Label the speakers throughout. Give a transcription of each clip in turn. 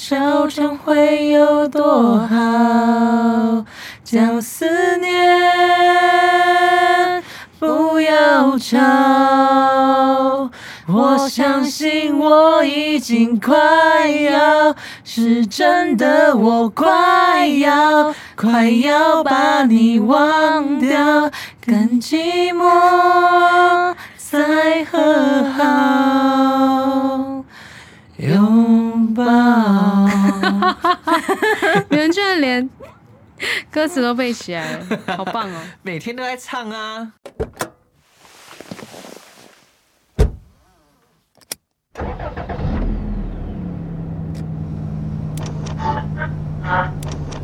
Speaker 1: 烧成灰有多好？叫思念不要吵。我相信我已经快要，是真的我快要，快要把你忘掉，跟寂寞再和好，拥抱。
Speaker 2: 你们居然连歌词都背起来了，好棒 哦！
Speaker 3: 每天都在唱啊。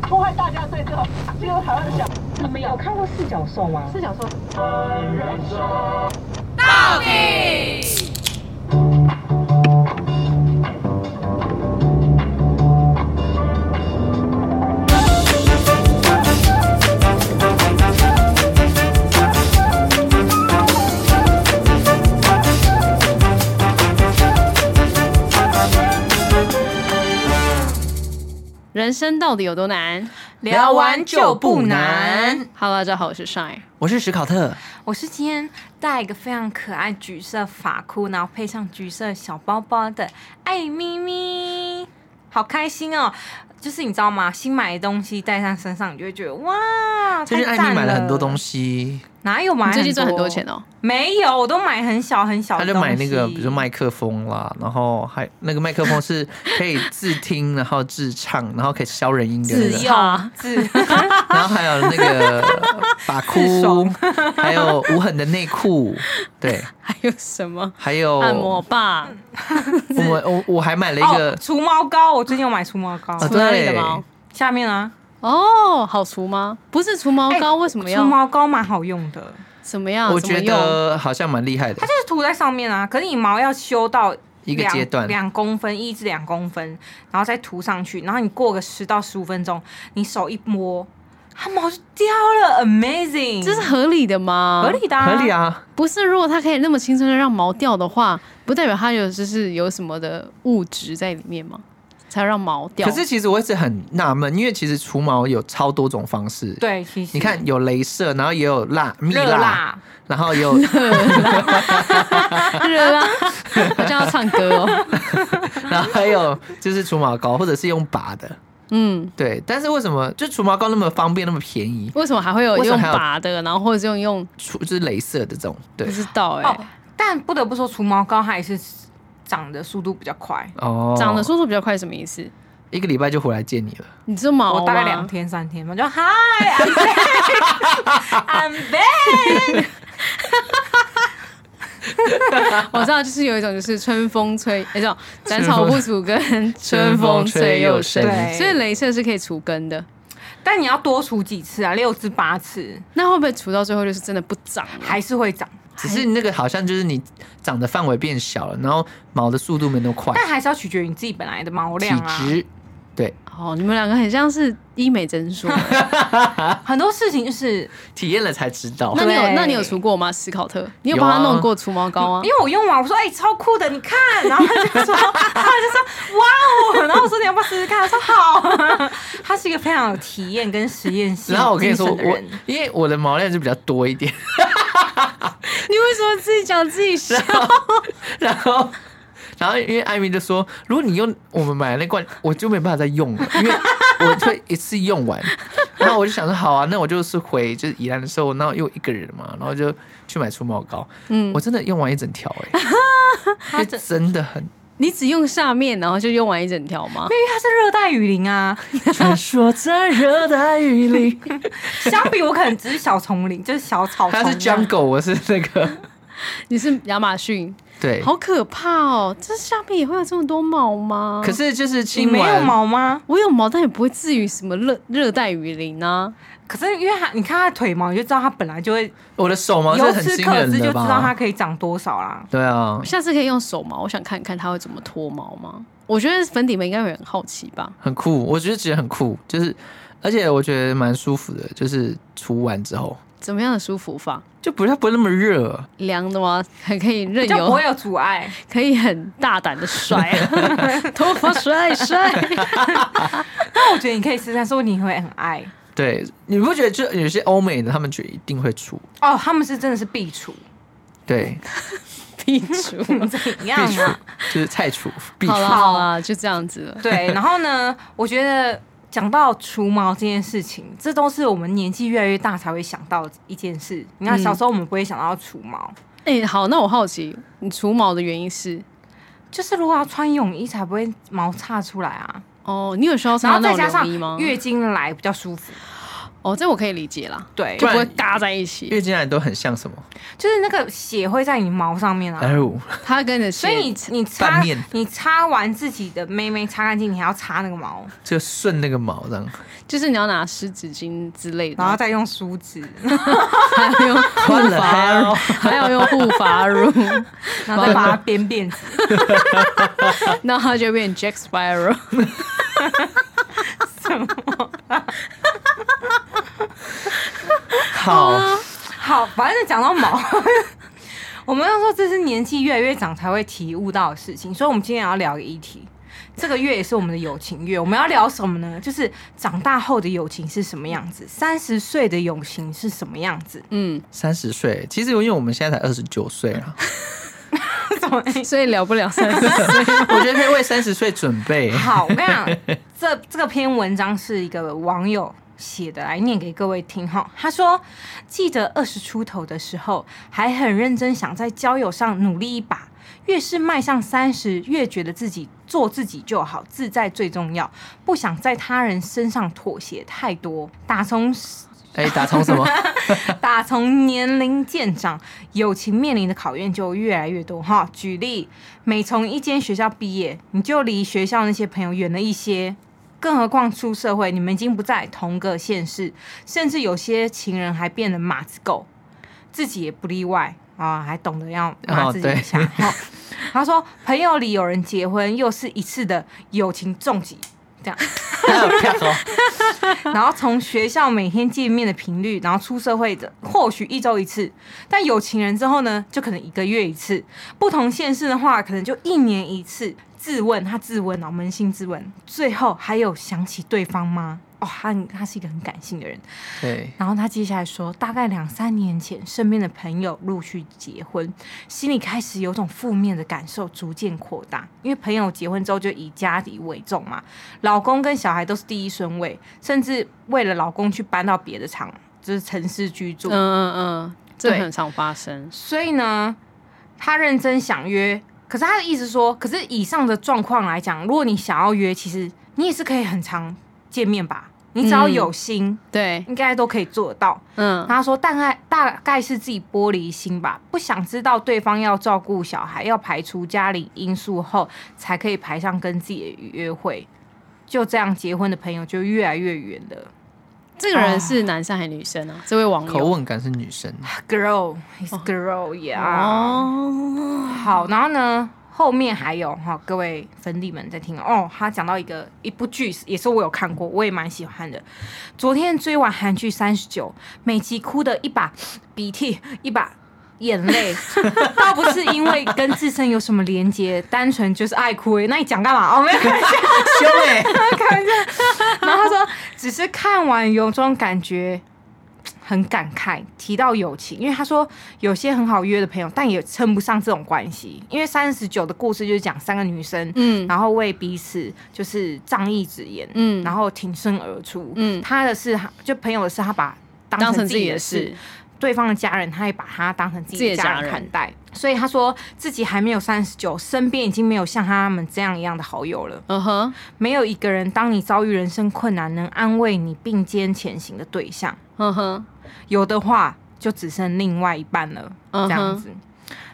Speaker 4: 破坏大家对这个这个台湾的想。你们有看过四角兽吗？四角兽。
Speaker 2: 人生到底有多难？
Speaker 3: 聊完就不难。
Speaker 2: Hello，大家好，我是 Shine。
Speaker 3: 我是史考特，
Speaker 5: 我是今天带一个非常可爱橘色发箍，然后配上橘色小包包的爱咪咪，好开心哦！就是你知道吗？新买的东西带上身上，你就会觉得哇，
Speaker 3: 最近艾米买了很多东
Speaker 5: 西，
Speaker 3: 西，
Speaker 5: 哪有买
Speaker 2: 你
Speaker 5: 很？
Speaker 2: 最近赚很多钱
Speaker 5: 哦？
Speaker 2: 哦，
Speaker 5: 没有，我都买很小很小
Speaker 3: 他
Speaker 5: 的
Speaker 3: 就买那个，
Speaker 5: 东西
Speaker 3: 比如说麦克风啦，然后还那个麦克风是 可以自听，然后自唱，然后可以消人音的那
Speaker 5: 自
Speaker 3: 个，
Speaker 5: 用自，
Speaker 3: 然后还有那个把
Speaker 5: 自
Speaker 3: 哭
Speaker 5: 爽，
Speaker 3: 还有无痕的内裤，对，
Speaker 2: 还有什么？
Speaker 3: 还有
Speaker 2: 按摩棒，
Speaker 3: 我们我我还买了一
Speaker 5: 哦
Speaker 3: 个，
Speaker 5: 除毛膏，我最近有买除毛膏，
Speaker 3: 啊
Speaker 2: 除哪里的毛？
Speaker 5: 下面啊，
Speaker 2: 哦，好除吗？不是除毛哦膏，
Speaker 5: 哎
Speaker 2: 为什么
Speaker 5: 除
Speaker 2: 要？
Speaker 5: 毛膏蛮好用的，
Speaker 2: 怎么样？
Speaker 3: 我
Speaker 2: 怎么
Speaker 3: 觉
Speaker 2: 用？
Speaker 3: 得好像蛮厉害的
Speaker 5: 它就，是涂在上面啊。可是你毛要修到
Speaker 3: 一个
Speaker 5: 两
Speaker 3: 阶段
Speaker 5: 两公分，一至两公分，然后再涂上去，然后你过个十到十五分钟，你手一摸，它毛就掉了，amazing，
Speaker 2: 这是合理的吗？
Speaker 5: 合理的、
Speaker 3: 合理。啊，
Speaker 2: 不是，如果它可以那么轻松的让毛掉的话，不代表它有就是有什么的物质在里面吗？才让毛掉？
Speaker 3: 可是其实我一直很纳闷，因为其实除毛有超多种方式，，
Speaker 5: 对，其实
Speaker 3: 你看有镭射，然后也有蜡蜜
Speaker 5: 热
Speaker 3: 蜡，
Speaker 5: 辣，
Speaker 3: 然后 也有
Speaker 2: 热 啦，好像要唱歌哦。
Speaker 3: 然后还有就是除毛膏，或者是用拔的，
Speaker 2: 嗯，
Speaker 3: 对。但是为什么就除毛膏那么方便，那么便宜？
Speaker 2: 为什么还会有
Speaker 3: 为什么
Speaker 2: 用
Speaker 3: 还有
Speaker 2: 拔的，然后或者是用用
Speaker 3: 除就是镭射的这种，对
Speaker 2: 不。知道哎、
Speaker 5: 哦但不得不说，除毛膏它也是长的速度比较快，
Speaker 3: 哦，
Speaker 2: 长得速度比较快是什么意思？
Speaker 3: 一个礼拜就回来见你了，
Speaker 2: 你这毛吗
Speaker 5: 我大概两，天三天吧，就 Hi，I'm back，I'm back，
Speaker 2: 我知道，就是有一种就是春风吹，那种斩草不除根，春风吹又生。
Speaker 5: 对
Speaker 2: 所以镭射是可以除根的，
Speaker 5: 但你要多除几次啊，六至八次
Speaker 2: 那会不会除到最后就是真的不长啊了？
Speaker 5: 还是会长。
Speaker 3: 只是那个好像就是你长的范围变小了，然后毛的速度没那么快，
Speaker 5: 但还是要取决于你自己本来的毛
Speaker 3: 体
Speaker 5: 量啊。
Speaker 3: 质对
Speaker 2: 哦，你们两个很像是医美诊所。
Speaker 5: 很多事情就是
Speaker 3: 体验了才知道
Speaker 2: 那。你有
Speaker 5: 对
Speaker 2: 那你有除过吗？史考特，你有
Speaker 3: 有
Speaker 2: 帮他
Speaker 3: 啊
Speaker 2: 弄过除毛膏啊
Speaker 5: 因？为我用完，我说哎、超酷的，你看，然后他就说， 他就说哇哦，然后我说你要不要试试看？他说好， 他是一个非常有体验跟实验性
Speaker 3: 然后我跟你说，
Speaker 5: 精神的
Speaker 3: 我
Speaker 5: 人，
Speaker 3: 因为我的毛量就比较多一 点，
Speaker 2: 你为什么自己讲自己笑？
Speaker 3: 然后，然后因为艾米就说，如果你用我们买的那罐，我就没办法再用 了，因为我会一次用完。然后我就想说，好啊，那我就是回就是宜兰的时候，那又一个人嘛，然后就去买除毛膏。
Speaker 2: 嗯
Speaker 3: 我真的用完一整条哎、 欸，因为真的很
Speaker 2: 你只用下面，然后就用完一整条吗？
Speaker 5: 因为他是热带雨林啊，
Speaker 3: 穿梭在热带雨 林。
Speaker 5: 相比我可能只是小丛林，就是小草丛啊
Speaker 3: 他
Speaker 5: 这
Speaker 3: 是
Speaker 5: 样。
Speaker 3: jungle，我是那个
Speaker 2: 你是亚马逊，
Speaker 3: 对。
Speaker 2: 好可怕哦！这下面也会有这么多毛吗？
Speaker 3: 可是就是
Speaker 5: 你
Speaker 3: 清
Speaker 5: 没有
Speaker 3: 完，
Speaker 5: 毛吗？
Speaker 2: 我有毛，但也不会至于什么热热带雨林啊。
Speaker 5: 可是因为他，你看他的腿毛，你就知道他本来就会
Speaker 3: 我的手毛是
Speaker 5: 由
Speaker 3: 很
Speaker 5: 此
Speaker 3: 惊
Speaker 5: 可
Speaker 3: 人
Speaker 5: 知，就
Speaker 3: 的
Speaker 5: 知道它
Speaker 3: 吧？
Speaker 5: 可以长多少 啦。
Speaker 3: 对啊，
Speaker 2: 下次可以用手毛，我想看看它会怎么脱毛吗？我觉得粉底们应该会很好奇吧。
Speaker 3: 很酷，我觉得觉得很酷，就是而且我觉得蛮舒服的，就是除完之后，
Speaker 2: 怎么样的舒服法？
Speaker 3: 就不它不会那么热。
Speaker 2: 凉的吗？还可以任
Speaker 5: 就不
Speaker 2: 由
Speaker 5: 会，有阻碍。
Speaker 2: 可以很大胆 的甩，头发甩甩。
Speaker 5: 那我觉得你可以试试，说你会很爱
Speaker 3: 对，你不觉得就有些欧美的他们觉得一定会出？
Speaker 5: 哦。他们是真的是必 除，
Speaker 3: 对，
Speaker 2: 剔除。
Speaker 5: 怎样
Speaker 3: 必出
Speaker 5: 啊？
Speaker 3: 就是菜厨必出
Speaker 2: 好。了好了，就这样子了。
Speaker 5: 对，然后呢，我觉得讲到除毛这件事情，这都是我们年纪越来越大才会想到的一件事。你看，
Speaker 2: 嗯
Speaker 5: 小时候我们不会想到除毛，
Speaker 2: 哎、好，那我好奇，你除毛的原因是？
Speaker 5: 就是如果要穿泳衣才不会毛擦出来啊。
Speaker 2: 哦，你有需要
Speaker 5: 然后
Speaker 2: 穿
Speaker 5: 再
Speaker 2: 到
Speaker 5: 加
Speaker 2: 那种
Speaker 5: 上
Speaker 2: 泳衣吗？
Speaker 5: 月经来比较舒服，
Speaker 2: 哦，这我可以理解啦，
Speaker 5: 对
Speaker 2: 就，不会
Speaker 3: 不然
Speaker 2: 嘎在一
Speaker 3: 因
Speaker 2: 起。
Speaker 3: 为竟然都很像什么？
Speaker 5: 就是那个血会在你毛上面啊。
Speaker 3: 哎呦，
Speaker 2: 它跟着，
Speaker 5: 所以你你
Speaker 3: 拌
Speaker 5: 擦
Speaker 3: 面
Speaker 5: 你擦完自己的妹妹擦干净，你还要擦那个 毛，
Speaker 3: 就顺那个毛 这样，
Speaker 2: 就是你要拿湿纸巾之类的，
Speaker 5: 然后再用梳 子，
Speaker 2: 还要 用护
Speaker 3: 换了
Speaker 2: 发乳，
Speaker 3: 还
Speaker 2: 还要用护发乳，
Speaker 5: 然后再把它编辫子，
Speaker 2: 那它就变 Jack Sparrow。
Speaker 3: 好，
Speaker 5: 好，反正讲到毛， 我们要说这是年纪越来越长才会体悟到的事情，所以我们今天也要聊个议题。这个月也是我们的友情月，我们要聊什么呢？就是长大后的友情是什么样子，三十岁的友情是什么样子？
Speaker 2: 嗯，
Speaker 3: 三十岁，其实因为我们现在才二十九岁啊，
Speaker 5: 怎么
Speaker 2: 所以聊不了三十。
Speaker 3: 我觉得可以为三十岁准备。
Speaker 5: 好？我跟你讲，这这篇文章是一个网友写的，来念给各位听哈。他说：“记得二十出头的时候，还很认真想在交友上努力一把。越是迈向三十，越觉得自己做自己就好，自在最重要，不想在他人身上妥协太多。打从
Speaker 3: 哎，打从 什么？
Speaker 5: 打从年龄渐长，友情面临的考验就越来越多哈。举例，每从一间学校毕业，你就离学校那些朋友远了一些。更何况出社会，你们已经不在同个县市，甚至有些情人还变得马子狗，自己也不例外啊，还懂得要骂自己一下。哈。他说，朋友里有人结婚，又是一次的友情重击，这样。
Speaker 3: 啪哦
Speaker 5: 然后从学校每天见面的频率，然后出社会的或许一周一次，但有情人之后呢，就可能一个月一次；不同县市的话，可能就一年一次。自问他自问哦，扪心自问，最后还有想起对方吗？哦，他很他是一个很感性的人。
Speaker 3: 对，
Speaker 5: 然后他接下来说，大概两三年前，身边的朋友陆续结婚，心里开始有种负面的感受逐渐扩大，因为朋友结婚之后就以家里为重嘛，老公跟小孩都是第一顺位，甚至为了老公去搬到别的厂，就是城市居 住。
Speaker 2: 嗯嗯嗯，这
Speaker 5: 对
Speaker 2: 很常发生。
Speaker 5: 所以呢，他认真想约，可是他的意思说，可是以上的状况来讲，如果你想要约，其实你也是可以很常见面吧，你只要
Speaker 2: 嗯
Speaker 5: 有心，
Speaker 2: 对，
Speaker 5: 应该都可以做得到。
Speaker 2: 嗯，
Speaker 5: 他说大概大概是自己玻璃心吧，不想知道对方要照顾小孩，要排除家里因素后，才可以排上跟自己的约会。就这样，结婚的朋友就越来越远了。
Speaker 2: 这个人是男生还是女生啊？这位网
Speaker 3: 口
Speaker 2: 友
Speaker 3: 吻感是女生，
Speaker 5: Girl is girl, yeah、
Speaker 2: 哦，
Speaker 5: 好，然后呢，后面还有哈、各位粉底们在听哦，他讲到一个一部剧，也是我有看过，我也蛮喜欢的。昨天追完韩剧《三十九》，每集哭的一把鼻涕 一把。眼泪 倒不是因为跟自身有什么连接，单纯就是爱哭而已。那你讲干嘛？哦，没有开 玩笑，
Speaker 3: 凶
Speaker 2: 欸
Speaker 3: 哎，
Speaker 5: 开玩笑。然后他说，只是看完有种感觉很感慨，提到友情，因为他说有些很好约的朋友，但也称不上这种关系。因为三十九的故事就是讲三个女生，
Speaker 2: 嗯
Speaker 5: 然后为彼此就是仗义执言，
Speaker 2: 嗯，
Speaker 5: 然后挺身而出。
Speaker 2: 嗯
Speaker 5: 他的事，就朋友的事，他把当
Speaker 2: 当
Speaker 5: 成
Speaker 2: 成
Speaker 5: 自
Speaker 2: 自
Speaker 5: 己
Speaker 2: 己
Speaker 5: 的
Speaker 2: 的
Speaker 5: 事
Speaker 2: 事，，
Speaker 5: 对方的家人，他也把他当成自己的家人看待。所以他说自己还没有三十九，身边已经没有像他们这样一样的好友了。
Speaker 2: 嗯哼，
Speaker 5: 没有一个人，当你遭遇人生困难，能安慰你并肩前行的对象。
Speaker 2: 嗯哼，
Speaker 5: 有的话，就只剩另外一半了，
Speaker 2: 嗯哼
Speaker 5: 这样子。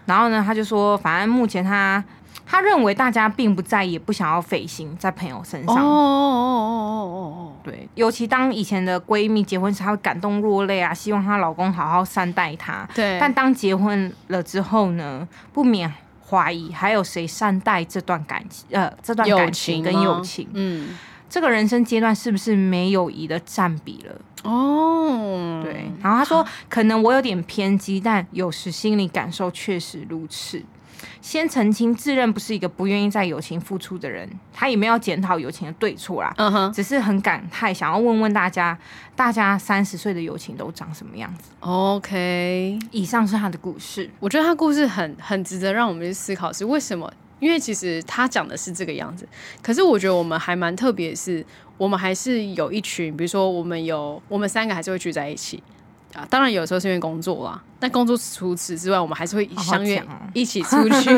Speaker 5: 然后呢，他就说，反正目前他他认为大家并不在意，也不想要费心在朋友身
Speaker 2: 哦哦
Speaker 5: 上。
Speaker 2: 哦哦哦哦，
Speaker 5: 对，尤其当以前的闺蜜结婚时，她会感动落泪啊，希望她老公好好善待她。
Speaker 2: 对，
Speaker 5: 但当结婚了之后呢，不免怀疑还有谁善待这段感情，呃，这段
Speaker 2: 友
Speaker 5: 感情
Speaker 2: 情
Speaker 5: 跟
Speaker 2: 吗
Speaker 5: 友情。
Speaker 2: 嗯，
Speaker 5: 这个人生阶段是不是没友谊的占比了？
Speaker 2: 哦，
Speaker 5: 对，然后他说，可能我有点偏激，但有时心理感受确实如此。先澄清，自认不是一个不愿意在友情付出的人，他也没有检讨友情的对错啦，
Speaker 2: 嗯哼，
Speaker 5: 只是很感慨，想要问问大家，大家三十岁的友情都长什么样子？
Speaker 2: 哦 OK，
Speaker 5: 以上是他的故事。
Speaker 2: 我觉得他故事很很值得让我们去思考是为什么？因为其实他讲的是这个样子，可是我觉得我们还蛮特别的是，我们还是有一群，比如说我们有我们三个还是会聚在一起啊。当然有时候是因为工作啦，但工作除此之外，我们还是会
Speaker 5: 好
Speaker 2: 相约
Speaker 5: 讲哦
Speaker 2: 一起出去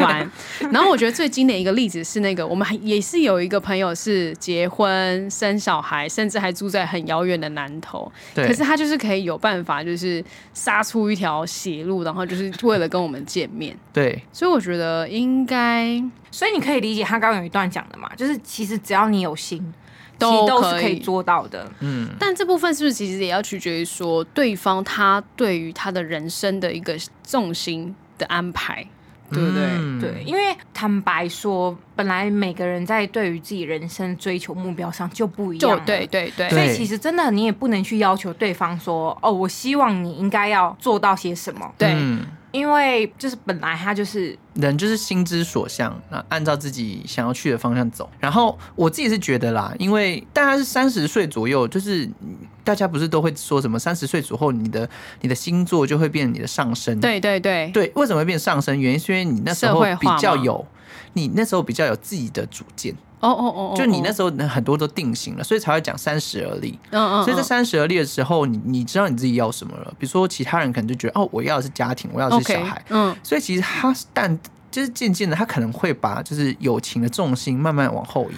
Speaker 2: 玩。 然后我觉得最经典一个例子是那个，我们还也是有一个朋友是结婚生小孩，甚至还住在很遥远的南投，
Speaker 3: 对，
Speaker 2: 可是他就是可以有办法，就是杀出一条血路，然后就是为了跟我们见面。
Speaker 3: 对
Speaker 2: 所以我觉得应该
Speaker 5: 所以你可以理解他刚刚有一段讲的嘛，就是其实只要你有心，
Speaker 2: 都
Speaker 5: 其实都是
Speaker 2: 可
Speaker 5: 可
Speaker 2: 以
Speaker 5: 以做到的。
Speaker 3: 嗯，
Speaker 2: 但这部分是不是其实也要取决于说对方他对于他的人生的一个重心的安排，对不对？
Speaker 3: 嗯
Speaker 5: 对，因为坦白说，本来每个人在对于自己人生追求目标上就不一样
Speaker 2: 就
Speaker 5: 了
Speaker 2: 对对对，
Speaker 5: 所以
Speaker 3: 对
Speaker 5: 其实真的你也不能去要求对方说，哦，我希望你应该要做到些什么，
Speaker 2: 对
Speaker 3: 嗯
Speaker 5: 因为就是本来他就是
Speaker 3: 人就是心之所向，那按照自己想要去的方向走。然后我自己是觉得啦，因为大概是三十岁左右，就是嗯大家不是都会说什么三十岁左后你的你的星座就会变你的上升。
Speaker 2: 对对对
Speaker 3: 对，为什么会变上升？原因是因为你那时
Speaker 2: 社
Speaker 3: 候
Speaker 2: 会
Speaker 3: 比
Speaker 2: 化
Speaker 3: 较
Speaker 2: 嘛
Speaker 3: 有，你那时候比较有自己的主见，
Speaker 2: 哦哦哦哦，
Speaker 3: 就你那
Speaker 2: 哦
Speaker 3: 时候很多都定型了，所以才会讲三十而立。
Speaker 2: 嗯嗯，
Speaker 3: 所以在
Speaker 2: 嗯
Speaker 3: 三十而立的时候，你你知道你自己要什么了。比如说其他人可能就觉得哦，我要的是家庭，我要的是
Speaker 2: OK，
Speaker 3: 小孩。
Speaker 2: 嗯
Speaker 3: 所以其实他但就是渐渐的，他可能会把就是友情的重心慢慢往后移。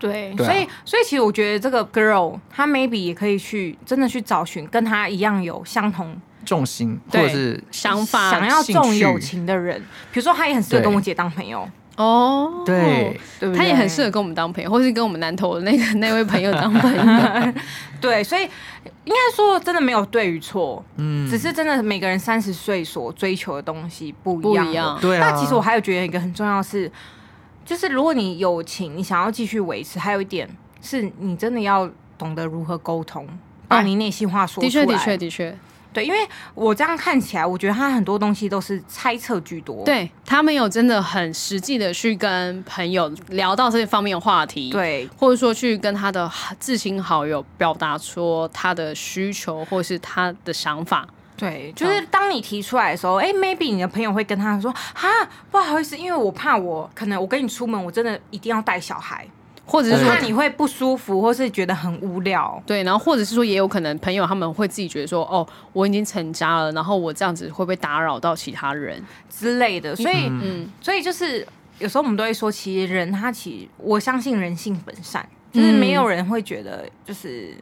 Speaker 5: 对，
Speaker 3: 对啊
Speaker 5: 所以所以其实我觉得这个 girl 她 maybe 也可以去真的去找寻跟她一样有相同
Speaker 3: 重心或
Speaker 2: 对
Speaker 3: 者是
Speaker 2: 想法
Speaker 5: 想要
Speaker 3: 兴
Speaker 5: 重友
Speaker 3: 趣
Speaker 5: 情的人，比如说她也很适合
Speaker 3: 对
Speaker 5: 跟我姐当朋友，
Speaker 2: 哦，
Speaker 3: 对。
Speaker 5: 对不对？
Speaker 2: 他也很适合跟我们当朋友，或是跟我们南投的那个那位朋友当 朋友。
Speaker 5: 对，所以应该说真的没有对与错，
Speaker 3: 嗯，
Speaker 5: 只是真的每个人三十岁所追求的东西不
Speaker 2: 不
Speaker 5: 一样了。
Speaker 2: 一样
Speaker 3: 对啊。
Speaker 5: 那其实我还有觉得一个很重要的是，就是如果你友情你想要继续维持，还有一点是你真的要懂得如何沟通，把你内心话说出
Speaker 2: 的
Speaker 5: 来。
Speaker 2: 确，的确，，的确，
Speaker 5: 对，因为我这样看起来，我觉得他很多东西都是猜测居多。
Speaker 2: 对他没有真的很实际的去跟朋友聊到这方面的话题，，
Speaker 5: 对
Speaker 2: 或者说去跟他的至亲好友表达说他的需求或是他的想法。
Speaker 5: 对，就是当你提出来的时候，哎、m a y b e 你的朋友会跟他说：“哈，不好意思，因为我怕我可能我跟你出门，我真的一定要带小孩，
Speaker 2: 或者
Speaker 5: 就是是
Speaker 2: 说
Speaker 5: 怕你会不舒服，或是觉得很无聊。”
Speaker 2: 对，然后或者是说，也有可能朋友他们会自己觉得说，哦，我已经成家了，然后我这样子会不会打扰到其他人？
Speaker 5: 之类的，所以，
Speaker 2: 嗯
Speaker 5: 所以就是有时候我们都会说，其实人他其实我相信人性本善，就是没有人会觉得就是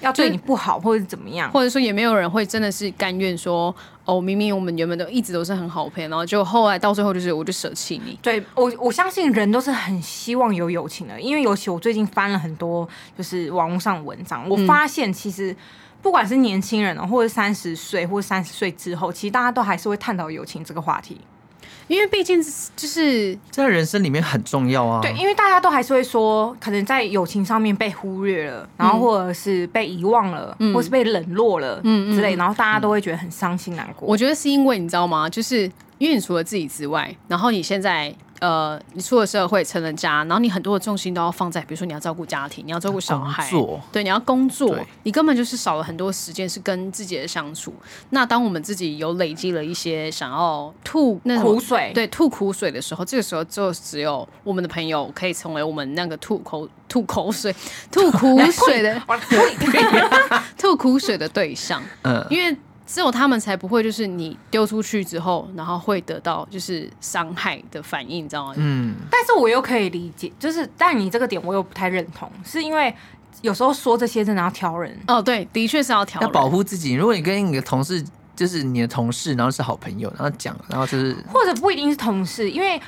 Speaker 5: 要对你不好或者怎么样，
Speaker 2: 或者说也没有人会真的是甘愿说，哦，明明我们原本都一直都是很好的朋友，然后就后来到最后就是我就舍弃你。
Speaker 5: 对我，我相信人都是很希望有友情的，因为尤其我最近翻了很多就是网络上的文章，我发现其实不管是年轻人哦，或者三十岁或者三十岁之后，其实大家都还是会探讨友情这个话题。
Speaker 2: 因为毕竟是就是
Speaker 3: 在人生里面很重要啊。
Speaker 5: 对，因为大家都还是会说，可能在友情上面被忽略了，然后或者是被遗忘了，或是被冷落了，之类，然后大家都会觉得很伤心难过。
Speaker 2: 我觉得是因为你知道吗？就是因为你除了自己之外，然后你现在呃，你出了社会成了家，然后你很多的重心都要放在，比如说你要照顾家庭，你要照顾小孩，
Speaker 3: 工作
Speaker 2: 对，你要工作
Speaker 3: 对，
Speaker 2: 你根本就是少了很多时间是跟自己的相处。那当我们自己有累积了一些想要吐那种
Speaker 5: 苦水
Speaker 2: 对，吐苦水的时候，这个时候就只有我们的朋友可以成为我们那个吐口吐口水、吐苦水 的
Speaker 5: 哦
Speaker 2: 吐苦水的对象。
Speaker 3: 嗯，
Speaker 2: 因为只有他们才不会，就是你丢出去之后，然后会得到就是伤害的反应，你知道吗？
Speaker 3: 嗯，
Speaker 5: 但是我又可以理解，就是但你这个点我又不太认同，是因为有时候说这些真的要挑人。
Speaker 2: 哦，对，的确是要调
Speaker 3: 要保护自己。如果你跟你的同事，就是你的同事，然后是好朋友，然后讲，然后就是
Speaker 5: 或者不一定是同事，因为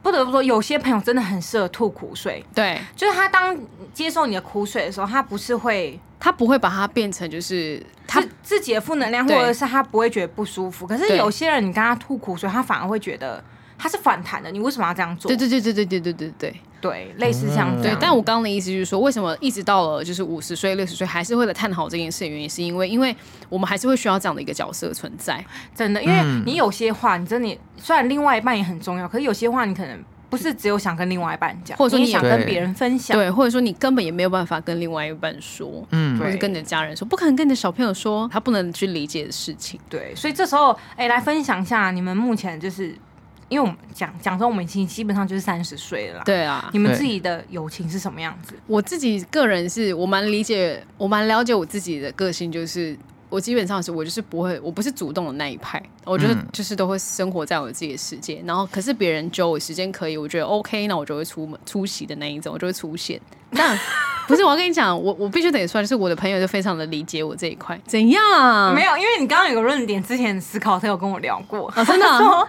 Speaker 5: 不得不说，有些朋友真的很适合吐苦水，
Speaker 2: 对
Speaker 5: 就是他当接受你的苦水的时候，他不是会
Speaker 2: 他不会把它变成就是他
Speaker 5: 自自己的负能量，或
Speaker 2: 对
Speaker 5: 者是他不会觉得不舒服。可是
Speaker 2: 对
Speaker 5: 有些人，你跟他吐苦水，他反而会觉得他是反弹的，你为什么要这样做？
Speaker 2: 对对对对对对对对对，
Speaker 5: 对，类似像这
Speaker 2: 对
Speaker 3: 啊
Speaker 5: 样，，
Speaker 2: 但我刚刚的意思就是说，为什么一直到了就是五十岁、六十岁，还是会来探讨这件事的原因，是因为因为我们还是会需要这样的一个角色存在。
Speaker 5: 真的，因为你有些话，你真的虽然另外一半也很重要，可是有些话你可能不是只有想跟另外一半讲，
Speaker 2: 或者说
Speaker 5: 你
Speaker 2: 你
Speaker 5: 也想
Speaker 3: 也
Speaker 5: 跟别人分享。
Speaker 2: 对，或者说你根本也没有办法跟另外一半说，
Speaker 3: 嗯
Speaker 2: 或者是
Speaker 5: 对
Speaker 2: 跟你的家人说，不可能跟你的小朋友说他不能去理解的事情。
Speaker 5: 对，所以这时候，哎、来分享一下你们目前就是，因为我们讲讲说我们已经基本上就是三十岁了啦，，
Speaker 2: 对嗯啊
Speaker 5: 你，们
Speaker 3: 对
Speaker 5: 自己的友情是什么样子？
Speaker 2: 我自己个人是我蛮理解，我蛮了解我自己的个性，就是我基本上是我就是不会，我不是主动的那一派，我觉得
Speaker 3: 嗯
Speaker 2: 就是都会生活在我自己的世界。然后可是别人揪我时间可以，我觉得哦 OK，那我就会出门出席的那一种，我就会出现。但不是我要跟你讲，我我必须得说，就是我的朋友就非常的理解我这一块。怎样？
Speaker 5: 没有，因为你刚刚有个论点，之前思考他有跟我聊过，
Speaker 2: 哦真的啊
Speaker 5: 他说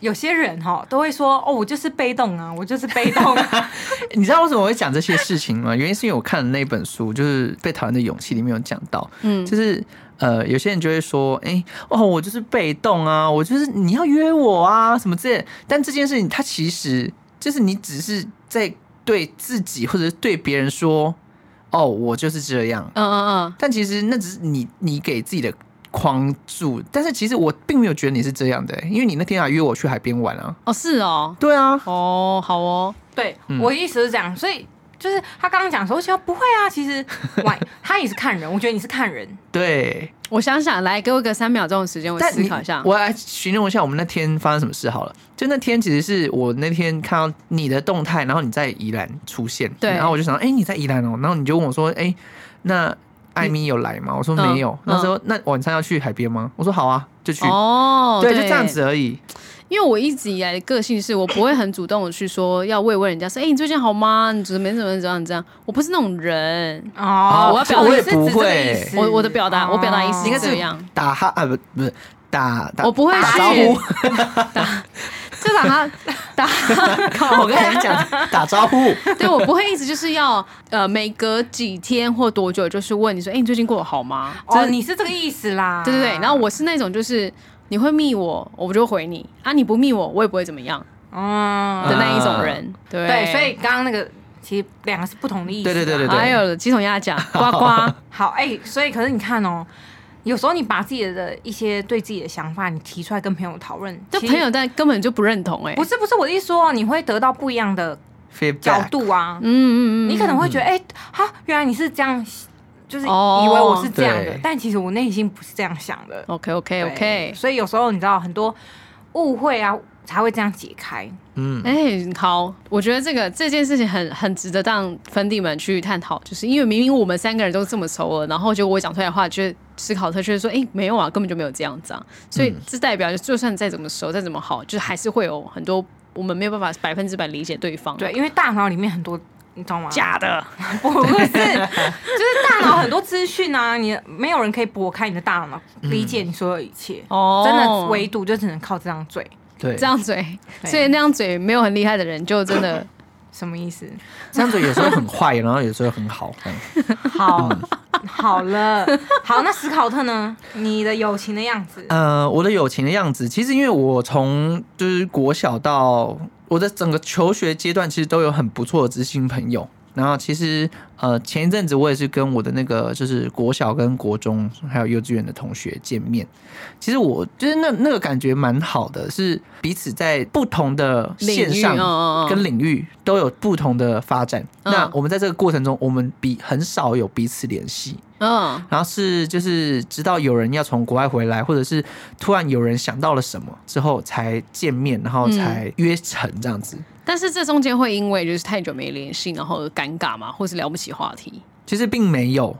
Speaker 5: 有些人哈都会说，哦，我就是被动啊，我就是被动、 啊，
Speaker 3: 你知道为什么我会讲这些事情吗？ 原因是因为我看的那本书，就是《被讨厌的勇气》里面有讲到，
Speaker 2: 嗯
Speaker 3: 就是呃，有些人就会说，哎、哦，我就是被动啊，我就是你要约我啊，什么之类的。但这件事情，它其实就是你只是在对自己或者是对别人说，哦，我就是这样。
Speaker 2: 嗯嗯嗯，
Speaker 3: 但其实那只是你你给自己的框住，但是其实我并没有觉得你是这样的、欸因为你那天还约我去海边玩啊。
Speaker 2: 哦是哦，
Speaker 3: 对啊，
Speaker 2: 哦好哦，
Speaker 5: 对、
Speaker 3: 嗯
Speaker 5: 我的意思是这样，所以。就是他刚刚讲说，我觉得不会啊，其 实晚他也是看人，我觉得你是看人，
Speaker 3: 对，
Speaker 2: 我想想，来给我个三秒钟的时间，我
Speaker 3: 但
Speaker 2: 思
Speaker 3: 你
Speaker 2: 考一下。
Speaker 3: 我来形容一下我们那天发生什么事好了。就那天其实是我那天看到你的动态，然后你在宜兰出现，
Speaker 2: 对
Speaker 3: 然后我就想到，哎、你在宜兰哦，然后你就问我说，哎、那艾米有来吗？我说
Speaker 2: 嗯
Speaker 3: 没有。那时候、那晚上要去海边吗？我说好啊，就去。
Speaker 2: 哦，
Speaker 3: 对，就这样子而已。
Speaker 2: 因为我一直以来的个性是我不会很主动的去说要慰问人家，说哎、你最近好吗？你怎么没怎么怎样怎样？我不是那种人，
Speaker 5: 哦，
Speaker 2: 我要表
Speaker 5: 哦
Speaker 2: 我
Speaker 3: 也
Speaker 5: 你是指
Speaker 3: 不
Speaker 5: 这个
Speaker 3: 会
Speaker 5: 意思
Speaker 2: 我我的表达
Speaker 5: 哦
Speaker 2: 我表达意思
Speaker 3: 应该
Speaker 2: 这
Speaker 3: 是
Speaker 2: 样
Speaker 3: 打哈啊，不不是打打，
Speaker 2: 我不会
Speaker 3: 打
Speaker 2: 去
Speaker 3: 招呼。
Speaker 2: 就打他打他靠
Speaker 3: 我跟。你讲，打招呼。
Speaker 2: 对我不会一直就是要呃每隔几天或多久就是问你说哎、你最近过得好吗？
Speaker 5: 哦，你啊是这个意思啦，
Speaker 2: 对对对，然后我是那种就是。你会密我，我就回你啊！你不密我，我也不会怎么样的
Speaker 5: 嗯，
Speaker 2: 那一种人。对
Speaker 5: 对，所以刚刚那个其实两个是不同的意思，啊
Speaker 3: 对对对对对
Speaker 2: 还有鸡同 鸭讲，呱呱。
Speaker 5: 好，哎、所以可是你看哦，有时候你把自己的一些对自己的想法，你提出来跟朋友讨论，
Speaker 2: 这
Speaker 5: 其实
Speaker 2: 朋友但根本就不认同哎、
Speaker 5: 不是不是我的意思说哦，你会得到不一样的
Speaker 3: feedback
Speaker 5: 角度啊，
Speaker 2: 嗯嗯嗯，
Speaker 5: 你可能会觉得，哎、哈、原来你是这样，就是以为
Speaker 2: 哦
Speaker 5: 我是这样的，
Speaker 3: 对
Speaker 5: 但其实我内心不是这样想的。
Speaker 2: OK OK
Speaker 5: 对
Speaker 2: OK，
Speaker 5: 所以有时候你知道很多误会啊，才会这样解开。
Speaker 3: 嗯，
Speaker 2: 哎、好，我觉得这个这件事情很很值得让粉底们去探讨，就是因为明明我们三个人都这么熟了，然后结果我讲出来的话，就是思考特却说，哎、没有啊，根本就没有这样子啊，所以这代表就算再怎么熟，再怎么好，就是还是会有很多我们没有办法百分之百理解对方。啊
Speaker 5: 对，因为大脑里面很多，你知道吗？
Speaker 2: 假的，
Speaker 5: 不是，就是大脑很多资讯啊，你没有人可以拨开你的大脑，理解你所有一切。
Speaker 2: 哦
Speaker 5: 真的唯独就只能靠这张嘴，
Speaker 3: 对，
Speaker 2: 这样嘴，
Speaker 5: 对
Speaker 2: 所以那样嘴没有很厉害的人，就真的
Speaker 5: 什么意思？
Speaker 3: 这样子有时候很坏，然后有时候很好。这样
Speaker 5: 好， 好了，好，那史考特呢？你的友情的样子，
Speaker 3: 呃，我的友情的样子，其实因为我从就是国小到我的整个求学阶段，其实都有很不错的知心朋友。然后其实呃，前一阵子我也是跟我的那个就是国小跟国中还有幼稚园的同学见面，其实我就是那那个感觉蛮好的，是彼此在不同的线
Speaker 2: 领域，嗯
Speaker 3: 上
Speaker 2: 嗯嗯，
Speaker 3: 跟领域都有不同的发展。
Speaker 2: 嗯
Speaker 3: 那我们在这个过程中，我们比很少有彼此联系。
Speaker 2: 嗯
Speaker 3: 然后是就是直到有人要从国外回来，或者是突然有人想到了什么之后才见面，然后才约成这样子。
Speaker 2: 但是这中间会因为就是太久没联系，然后尴尬嘛，或是聊不起话题。
Speaker 3: 其实并没有，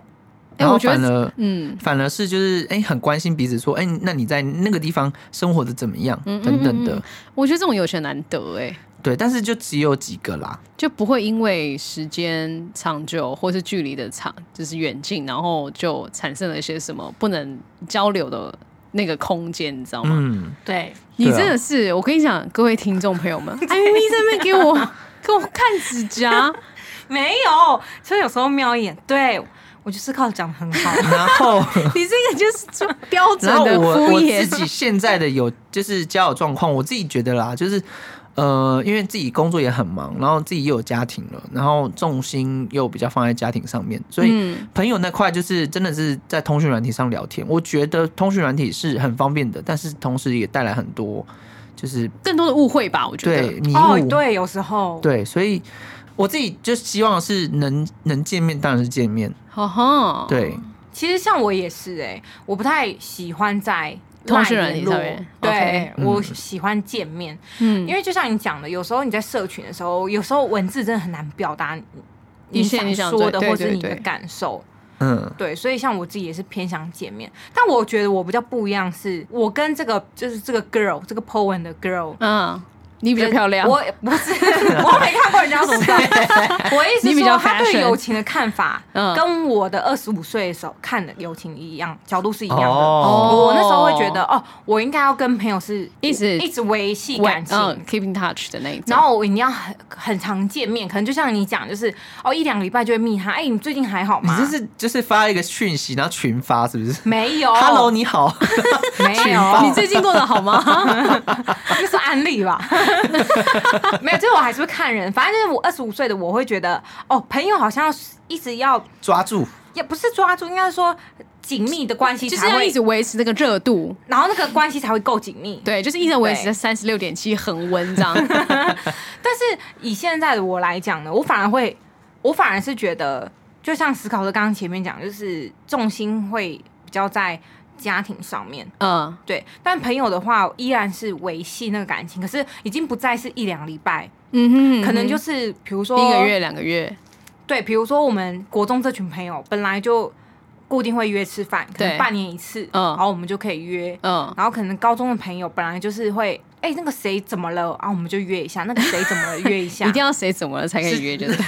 Speaker 2: 哎
Speaker 3: 然后
Speaker 2: 我觉得
Speaker 3: 反而、
Speaker 2: 嗯，
Speaker 3: 反而是就是哎、很关心彼此，说哎、那你在那个地方生活的怎么样
Speaker 2: 嗯嗯
Speaker 3: 等等的。
Speaker 2: 嗯嗯我觉得这种友情难得哎、
Speaker 3: 对，但是就只有几个啦。
Speaker 2: 就不会因为时间长久或是距离的长，就是远近，然后就产生了一些什么不能交流的那个空间，你知道吗？
Speaker 3: 嗯，
Speaker 5: 对，
Speaker 2: 你真的是，我跟你讲，各位听众朋友 们，艾米在那边给我给我看指甲，
Speaker 5: 没有，所以有时候瞄一眼，对我就是靠讲得很好。
Speaker 3: 然后
Speaker 2: 你这个就是标准
Speaker 3: 然后
Speaker 2: 的
Speaker 3: 我
Speaker 2: 敷
Speaker 3: 我
Speaker 2: 衍
Speaker 3: 自。己现在的有就是交友状况，我自己觉得啦，就是呃，因为自己工作也很忙，然后自己又有家庭了，然后重心又比较放在家庭上面，所以
Speaker 2: 嗯
Speaker 3: 朋友那块就是真的是在通讯软体上聊天。我觉得通讯软体是很方便的，但是同时也带来很多就是
Speaker 2: 更多的误会吧，我觉得。
Speaker 3: 对迷雾、
Speaker 5: 哦，对，有时候，
Speaker 3: 对，所以我自己就希望是能能见面，当然是见面。
Speaker 2: 吼吼，
Speaker 3: 对，
Speaker 5: 其实像我也是哎、我不太喜欢在
Speaker 2: 通讯
Speaker 5: LINE
Speaker 2: 软体
Speaker 5: 联络
Speaker 2: 上面
Speaker 5: 对
Speaker 2: OK，
Speaker 5: 我喜欢见面，
Speaker 2: 嗯，
Speaker 5: 因为就像你讲的，有时候你在社群的时候，有时候文字真的很难表达你
Speaker 2: 一切你
Speaker 5: 想
Speaker 2: 想
Speaker 5: 说
Speaker 2: 对
Speaker 5: 的，
Speaker 2: 对
Speaker 5: 或是
Speaker 2: 对
Speaker 5: 你的
Speaker 2: 对
Speaker 5: 感受。
Speaker 3: 嗯，
Speaker 5: 对，所以像我自己也是偏向见面，但我觉得我比较不一样是，我跟这个就是这个 girl 这个 po 文的 girl
Speaker 2: 嗯，你比较漂亮，
Speaker 5: 我不是， 我没看过 人家什么照片。我意思
Speaker 2: 你比
Speaker 5: 说，
Speaker 2: 较
Speaker 5: 他
Speaker 2: fashion
Speaker 5: 对友情的看法，
Speaker 2: 嗯
Speaker 5: 跟我的二十五岁的时候看的友情一样，角度是一样的。
Speaker 3: 哦
Speaker 5: 我那时候会觉得，哦，我应该要跟朋友是
Speaker 2: 一直
Speaker 5: 一直维系
Speaker 2: 喂
Speaker 5: 感情。
Speaker 2: 嗯，keeping touch 的那一种。
Speaker 5: 然后我一定要很很常见面，可能就像你讲，就是哦一两个礼拜就会密他，哎，你最近还好
Speaker 3: 你
Speaker 5: 吗？
Speaker 3: 这是就是发一个讯息，然后群发是不是
Speaker 5: 没有
Speaker 3: ？Hello，你好。
Speaker 5: 没
Speaker 3: 群
Speaker 5: 有，
Speaker 3: 发
Speaker 2: 你最近过得好吗？
Speaker 5: 这是安利吧？ 没有，就是我还是会看人。反正就是我二十五岁的，我会觉得哦，朋友好像要一直要，
Speaker 3: 抓住，
Speaker 5: 也不是抓住，应该说紧密的关系
Speaker 2: 就是
Speaker 5: 才
Speaker 2: 要
Speaker 5: 会，
Speaker 2: 一直维持那个热度，
Speaker 5: 然后那个关系才会够紧密。
Speaker 2: 对，就是一直维持在
Speaker 5: 对
Speaker 2: 三十六点七恒 温这样。
Speaker 5: 但是以现在的我来讲呢，我反而会，我反而是觉得，就像思考的刚刚前面讲，就是重心会比较在家庭上面。
Speaker 2: 嗯，
Speaker 5: 对，但朋友的话依然是维系那个感情，可是已经不再是一两礼拜，
Speaker 2: 嗯哼，
Speaker 5: 可能就是是比如说
Speaker 2: 一个月、两个月，
Speaker 5: 对，比如说我们国中这群朋友本来就固定会约吃饭，可
Speaker 2: 对
Speaker 5: 能半年一次，
Speaker 2: 嗯
Speaker 5: 然后我们就可以约。
Speaker 2: 嗯，
Speaker 5: 然后可能高中的朋友本来就是会，哎、那个谁怎么了啊？我们就约一下，那个谁怎么了约一下。
Speaker 2: 一定要谁怎么了才可以 约，就是。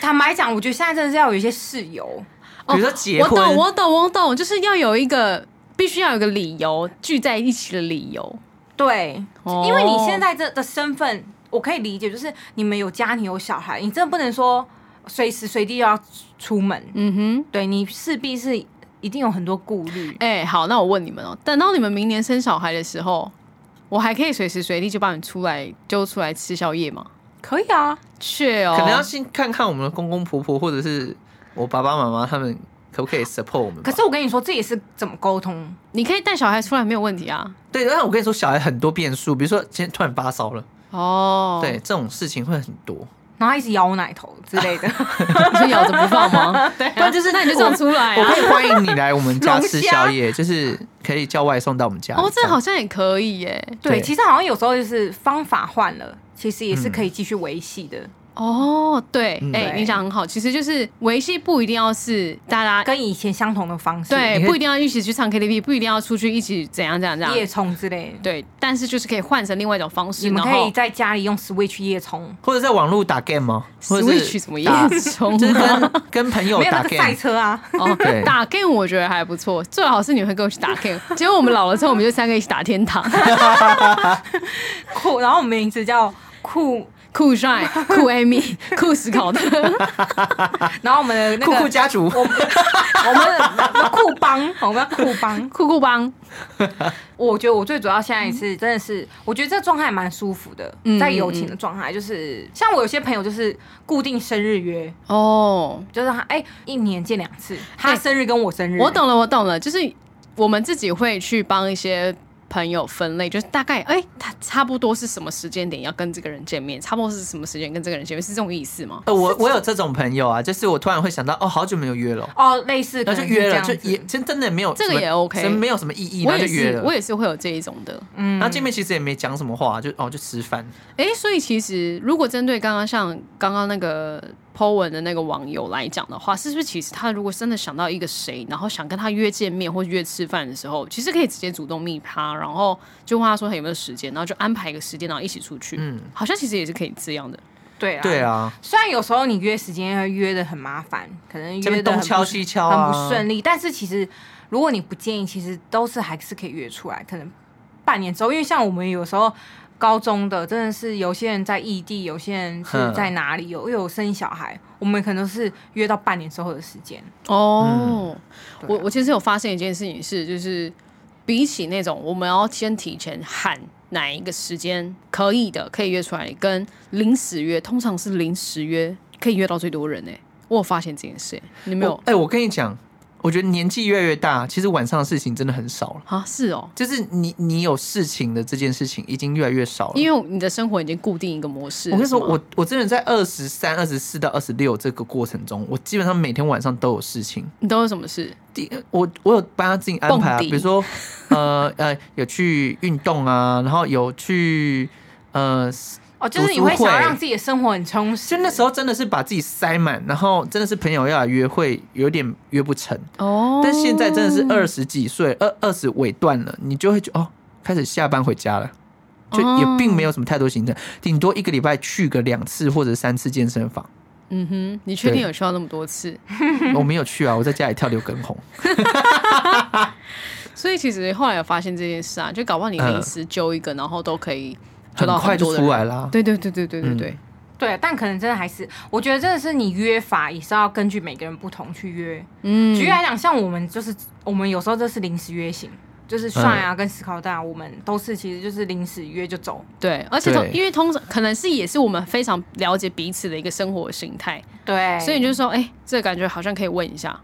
Speaker 5: 坦白讲，我觉得现在真的是要有一些室友，
Speaker 3: 比如说结婚，
Speaker 2: 我懂，我懂，我懂，就是要有一个必须要有一个理由聚在一起的理由。
Speaker 5: 对，
Speaker 2: 哦
Speaker 5: 因为你现在这的身份，我可以理解，就是你们有家庭有小孩，你真的不能说随时随地要出门，
Speaker 2: 嗯哼，
Speaker 5: 对你势必是一定有很多顾虑。
Speaker 2: 哎、好，那我问你们哦，等到你们明年生小孩的时候，我还可以随时随地就把你出来揪出来吃宵夜吗？
Speaker 5: 可以啊，
Speaker 2: 去哦，
Speaker 3: 可能要先看看我们的公公婆婆或者是我爸爸妈妈他们可不可以 support 我们吧。
Speaker 5: 可是我跟你说，这也是怎么沟通。
Speaker 2: 你可以带小孩出来没有问题啊。
Speaker 3: 对，但我跟你说，小孩很多变数，比如说今天突然发烧了，
Speaker 2: 哦，
Speaker 3: 对，，这种事情会很多。
Speaker 5: 然后他一直咬我奶头之 类的，
Speaker 2: 你是咬着不放吗？ 对、啊，就是那你就这样出来
Speaker 3: 我
Speaker 2: 啊
Speaker 3: 可。以欢迎你来我们家
Speaker 5: 龙虾
Speaker 3: 吃宵夜，就是可以叫外送到我们家。
Speaker 2: 哦，这
Speaker 3: 样
Speaker 2: 好像也可以耶。
Speaker 5: 对，
Speaker 3: 对
Speaker 5: 其实好像有时候就是方法换了，其实也是可以继续维系的，
Speaker 2: 哦，对，
Speaker 3: 嗯
Speaker 2: 哎、
Speaker 5: 对
Speaker 2: 你讲很好，其实就是维系不一定要是大家
Speaker 5: 跟以前相同的方式，
Speaker 2: 对，
Speaker 3: 你可以
Speaker 2: 不一定要一起去唱 KTV，不一定要出去一起怎样怎样怎
Speaker 5: 夜
Speaker 2: 样。
Speaker 5: 冲之类的。
Speaker 2: 对，但是就是可以换成另外一种方式，
Speaker 5: 你们
Speaker 2: 然
Speaker 5: 可以
Speaker 2: 后
Speaker 5: 在家里用 Switch 夜冲，
Speaker 3: 或者在网络打 game 吗？或者
Speaker 2: Switch
Speaker 3: 是
Speaker 2: 什么夜
Speaker 3: 打
Speaker 2: 冲
Speaker 3: 就是
Speaker 2: 啊？
Speaker 3: 跟跟朋友
Speaker 5: 没有那
Speaker 3: 打
Speaker 5: 个赛
Speaker 3: game。
Speaker 5: 车啊，
Speaker 2: 哦
Speaker 3: 对，
Speaker 2: 打 game 我觉得还不错，最好是你会跟我去打 game。结果我们老了之后，我们就三个一起打天堂，
Speaker 5: 酷，然后我们名字叫酷，
Speaker 2: 酷帅、酷 Amy、酷思 考的。
Speaker 5: 然后我们的那
Speaker 3: 酷
Speaker 5: 个
Speaker 3: 酷家族，
Speaker 5: 我们 我们的酷帮，我们要酷帮。
Speaker 2: 酷酷帮，
Speaker 5: 我觉得我最主要现在是真的是，我觉得这状态蛮舒服的，
Speaker 2: 嗯
Speaker 5: 在友情的状态，就是像我有些朋友就是固定生日约，
Speaker 2: 哦，
Speaker 5: 就是他哎、一年见两次，他生日跟我
Speaker 3: 嗯
Speaker 5: 生日，
Speaker 2: 我懂了，我懂了，就是我们自己会去帮一些朋友分类，就是大概哎、他差不多是什么时间点要跟这个人见面，差不多是什么时间跟这个人见面，是这种意思吗？
Speaker 3: 呃，我我有这种朋友啊，就是我突然会想到，哦，好久没有约了，
Speaker 5: 哦，类似
Speaker 3: 然
Speaker 5: 可
Speaker 3: 后
Speaker 5: 能
Speaker 3: 就是约了，
Speaker 5: 这样
Speaker 3: 就
Speaker 5: 子
Speaker 3: 也真真的没有
Speaker 2: 这个
Speaker 3: 什么
Speaker 2: 也 OK
Speaker 3: 什么没有什么意义，
Speaker 2: 我
Speaker 3: 然后
Speaker 2: 也
Speaker 3: 就约
Speaker 2: 是，
Speaker 3: 了。
Speaker 2: 我也是会有这一种的。
Speaker 5: 嗯
Speaker 3: 然后见面其实也没讲什么话，就哦就吃饭，
Speaker 2: 哎、所以其实如果针对刚刚像刚刚那个 Po 文的那个网友来讲的话，是不是其实他如果真的想到一个谁，然后想跟他约见面或约吃饭的时候，其实可以直接主动密他，然后就问他说他有没有时间，然后就安排一个时间，然后一起出去。嗯
Speaker 3: 嗯，
Speaker 2: 好像其实也是可以这样的。
Speaker 5: 对啊
Speaker 3: 对。啊，
Speaker 5: 虽然有时候你约时间要约的很麻烦，可能
Speaker 3: 这
Speaker 5: 约
Speaker 3: 边
Speaker 5: 的
Speaker 3: 东敲西敲
Speaker 5: 很
Speaker 3: 啊，
Speaker 5: 不顺利，但是其实如果你不介意，其实都是还是可以约出来，可能半年之后，因为像我们有时候。高中的真的是有些人在异地，有些人是
Speaker 3: 哼
Speaker 5: 在哪里有又有生小孩，我们可能是约到半年之后的时间。
Speaker 2: 哦，
Speaker 5: 对啊
Speaker 2: 我我其实有发现一件事情是，就是比起那种我们要先提前喊哪一个时间可以的，可以约出来，跟临时约，通常是临时约可以约到最多人诶、欸我有发现这件事、欸，你没有
Speaker 3: 哎、我跟你讲，我觉得年纪越来越大，其实晚上的事情真的很少了。
Speaker 2: 啊？是哦，
Speaker 3: 就是你你有事情的这件事情已经越来越少了。
Speaker 2: 因为你的生活已经固定一个模式了。
Speaker 3: 我跟你说，
Speaker 2: 是吗
Speaker 3: 我我真的在二十三、二十四到二十六这个过程中，我基本上每天晚上都有事情。
Speaker 2: 你都有什么事？
Speaker 3: 第我我有帮他自己安排、啊，
Speaker 2: 蹦迪
Speaker 3: 比如说呃 呃有去运动啊，然后有去呃，
Speaker 5: 哦，就是你
Speaker 3: 读书
Speaker 5: 会想要
Speaker 3: 会
Speaker 5: 让自己的生活很充实。
Speaker 3: 就那时候真的是把自己塞满，然后真的是朋友要来约会，有点约不成。
Speaker 2: 哦
Speaker 3: 但现在真的是二十几岁，二二十尾段了，你就会觉得哦，开始下班回家了。就也并没有什么太多行程，顶多一个礼拜去个两次或者三次健 身房。
Speaker 2: 嗯哼，你确定
Speaker 3: 对
Speaker 2: 有需要那么多次？
Speaker 3: 我没有去啊，我在家里跳刘畊 宏。
Speaker 2: 所以其实后来有发现这件事啊，就搞不好你
Speaker 3: 嗯
Speaker 2: 临时揪一个，然后都可以揪
Speaker 3: 很
Speaker 2: 到
Speaker 3: 快
Speaker 2: 多
Speaker 3: 就
Speaker 2: 的人
Speaker 3: 出来啊啦。
Speaker 2: 对对对对对对对，
Speaker 5: 对，但可能真的还是，我觉得真的是你约法也是要根据每个人不同去约。
Speaker 2: 嗯
Speaker 5: 举例来讲，像我们就是我们有时候就是临时约型，
Speaker 2: 嗯
Speaker 5: 就是帅啊跟思考蛋啊，我们都是其实就是临时约就走。
Speaker 2: 对，而且通
Speaker 3: 对
Speaker 2: 因为通常可能是也是我们非常了解彼此的一个生活形态，
Speaker 5: 对，
Speaker 2: 所以你就说，哎、这个感觉好像可以问一下，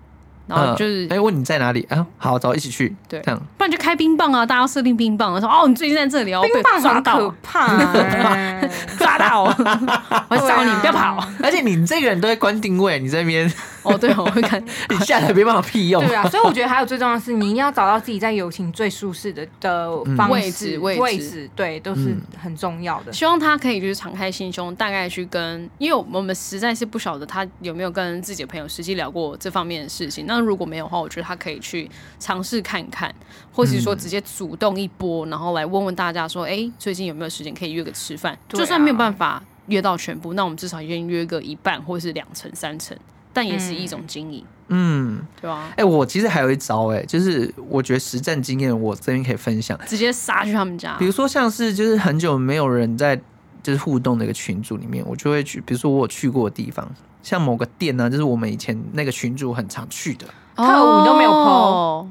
Speaker 2: 然
Speaker 5: 嗯
Speaker 2: 后就是，
Speaker 3: 哎、问你在哪里啊？好，走，一起去。
Speaker 2: 对
Speaker 3: 这样
Speaker 2: 不然就开冰棒啊，大家要设定冰棒，然后说，哦，你最近在这里哦，
Speaker 5: 冰
Speaker 2: 被
Speaker 5: 棒
Speaker 2: 抓
Speaker 5: 好
Speaker 2: 到
Speaker 5: 可，怕、欸，
Speaker 2: 抓 到，我会找你，
Speaker 5: 对啊
Speaker 2: 不要跑。
Speaker 3: 而且你这个人都在关定位，你这边
Speaker 2: 哦，对，我会看，
Speaker 3: 你下来没办法屁用。
Speaker 5: 对啊，所以我觉得还有最重要的是，你一定要找到自己在友情最舒适的的方式、
Speaker 2: 嗯位置位置
Speaker 5: 对，都是
Speaker 3: 嗯
Speaker 5: 很重要的。
Speaker 2: 希望他可以就是敞开心胸，大概去跟，因为我们实在是不晓得他有没有跟自己的朋友实际聊过这方面的事情。那如果没有的话，我觉得他可以去尝试看看，或是说直接主动一波，然后来问问大家说，哎、最近有没有时间可以约个吃饭？
Speaker 5: 对啊
Speaker 2: 就算没有办法约到全部，那我们至少先约个一半，或是两成、三成，但也是一种经营，
Speaker 3: 嗯，
Speaker 2: 对吧、
Speaker 3: 哎、我其实还有一招、哎，就是我觉得实战经验，我这边可以分享。
Speaker 2: 直接杀去他们家
Speaker 3: 比，如说像是就是很久没有人在就是互动的一个群组里面，我就会去，比如说我有去过的地方，像某个店呢、就是我们以前那个群组很常去的，
Speaker 2: 哦
Speaker 5: 跳舞都没有
Speaker 2: po，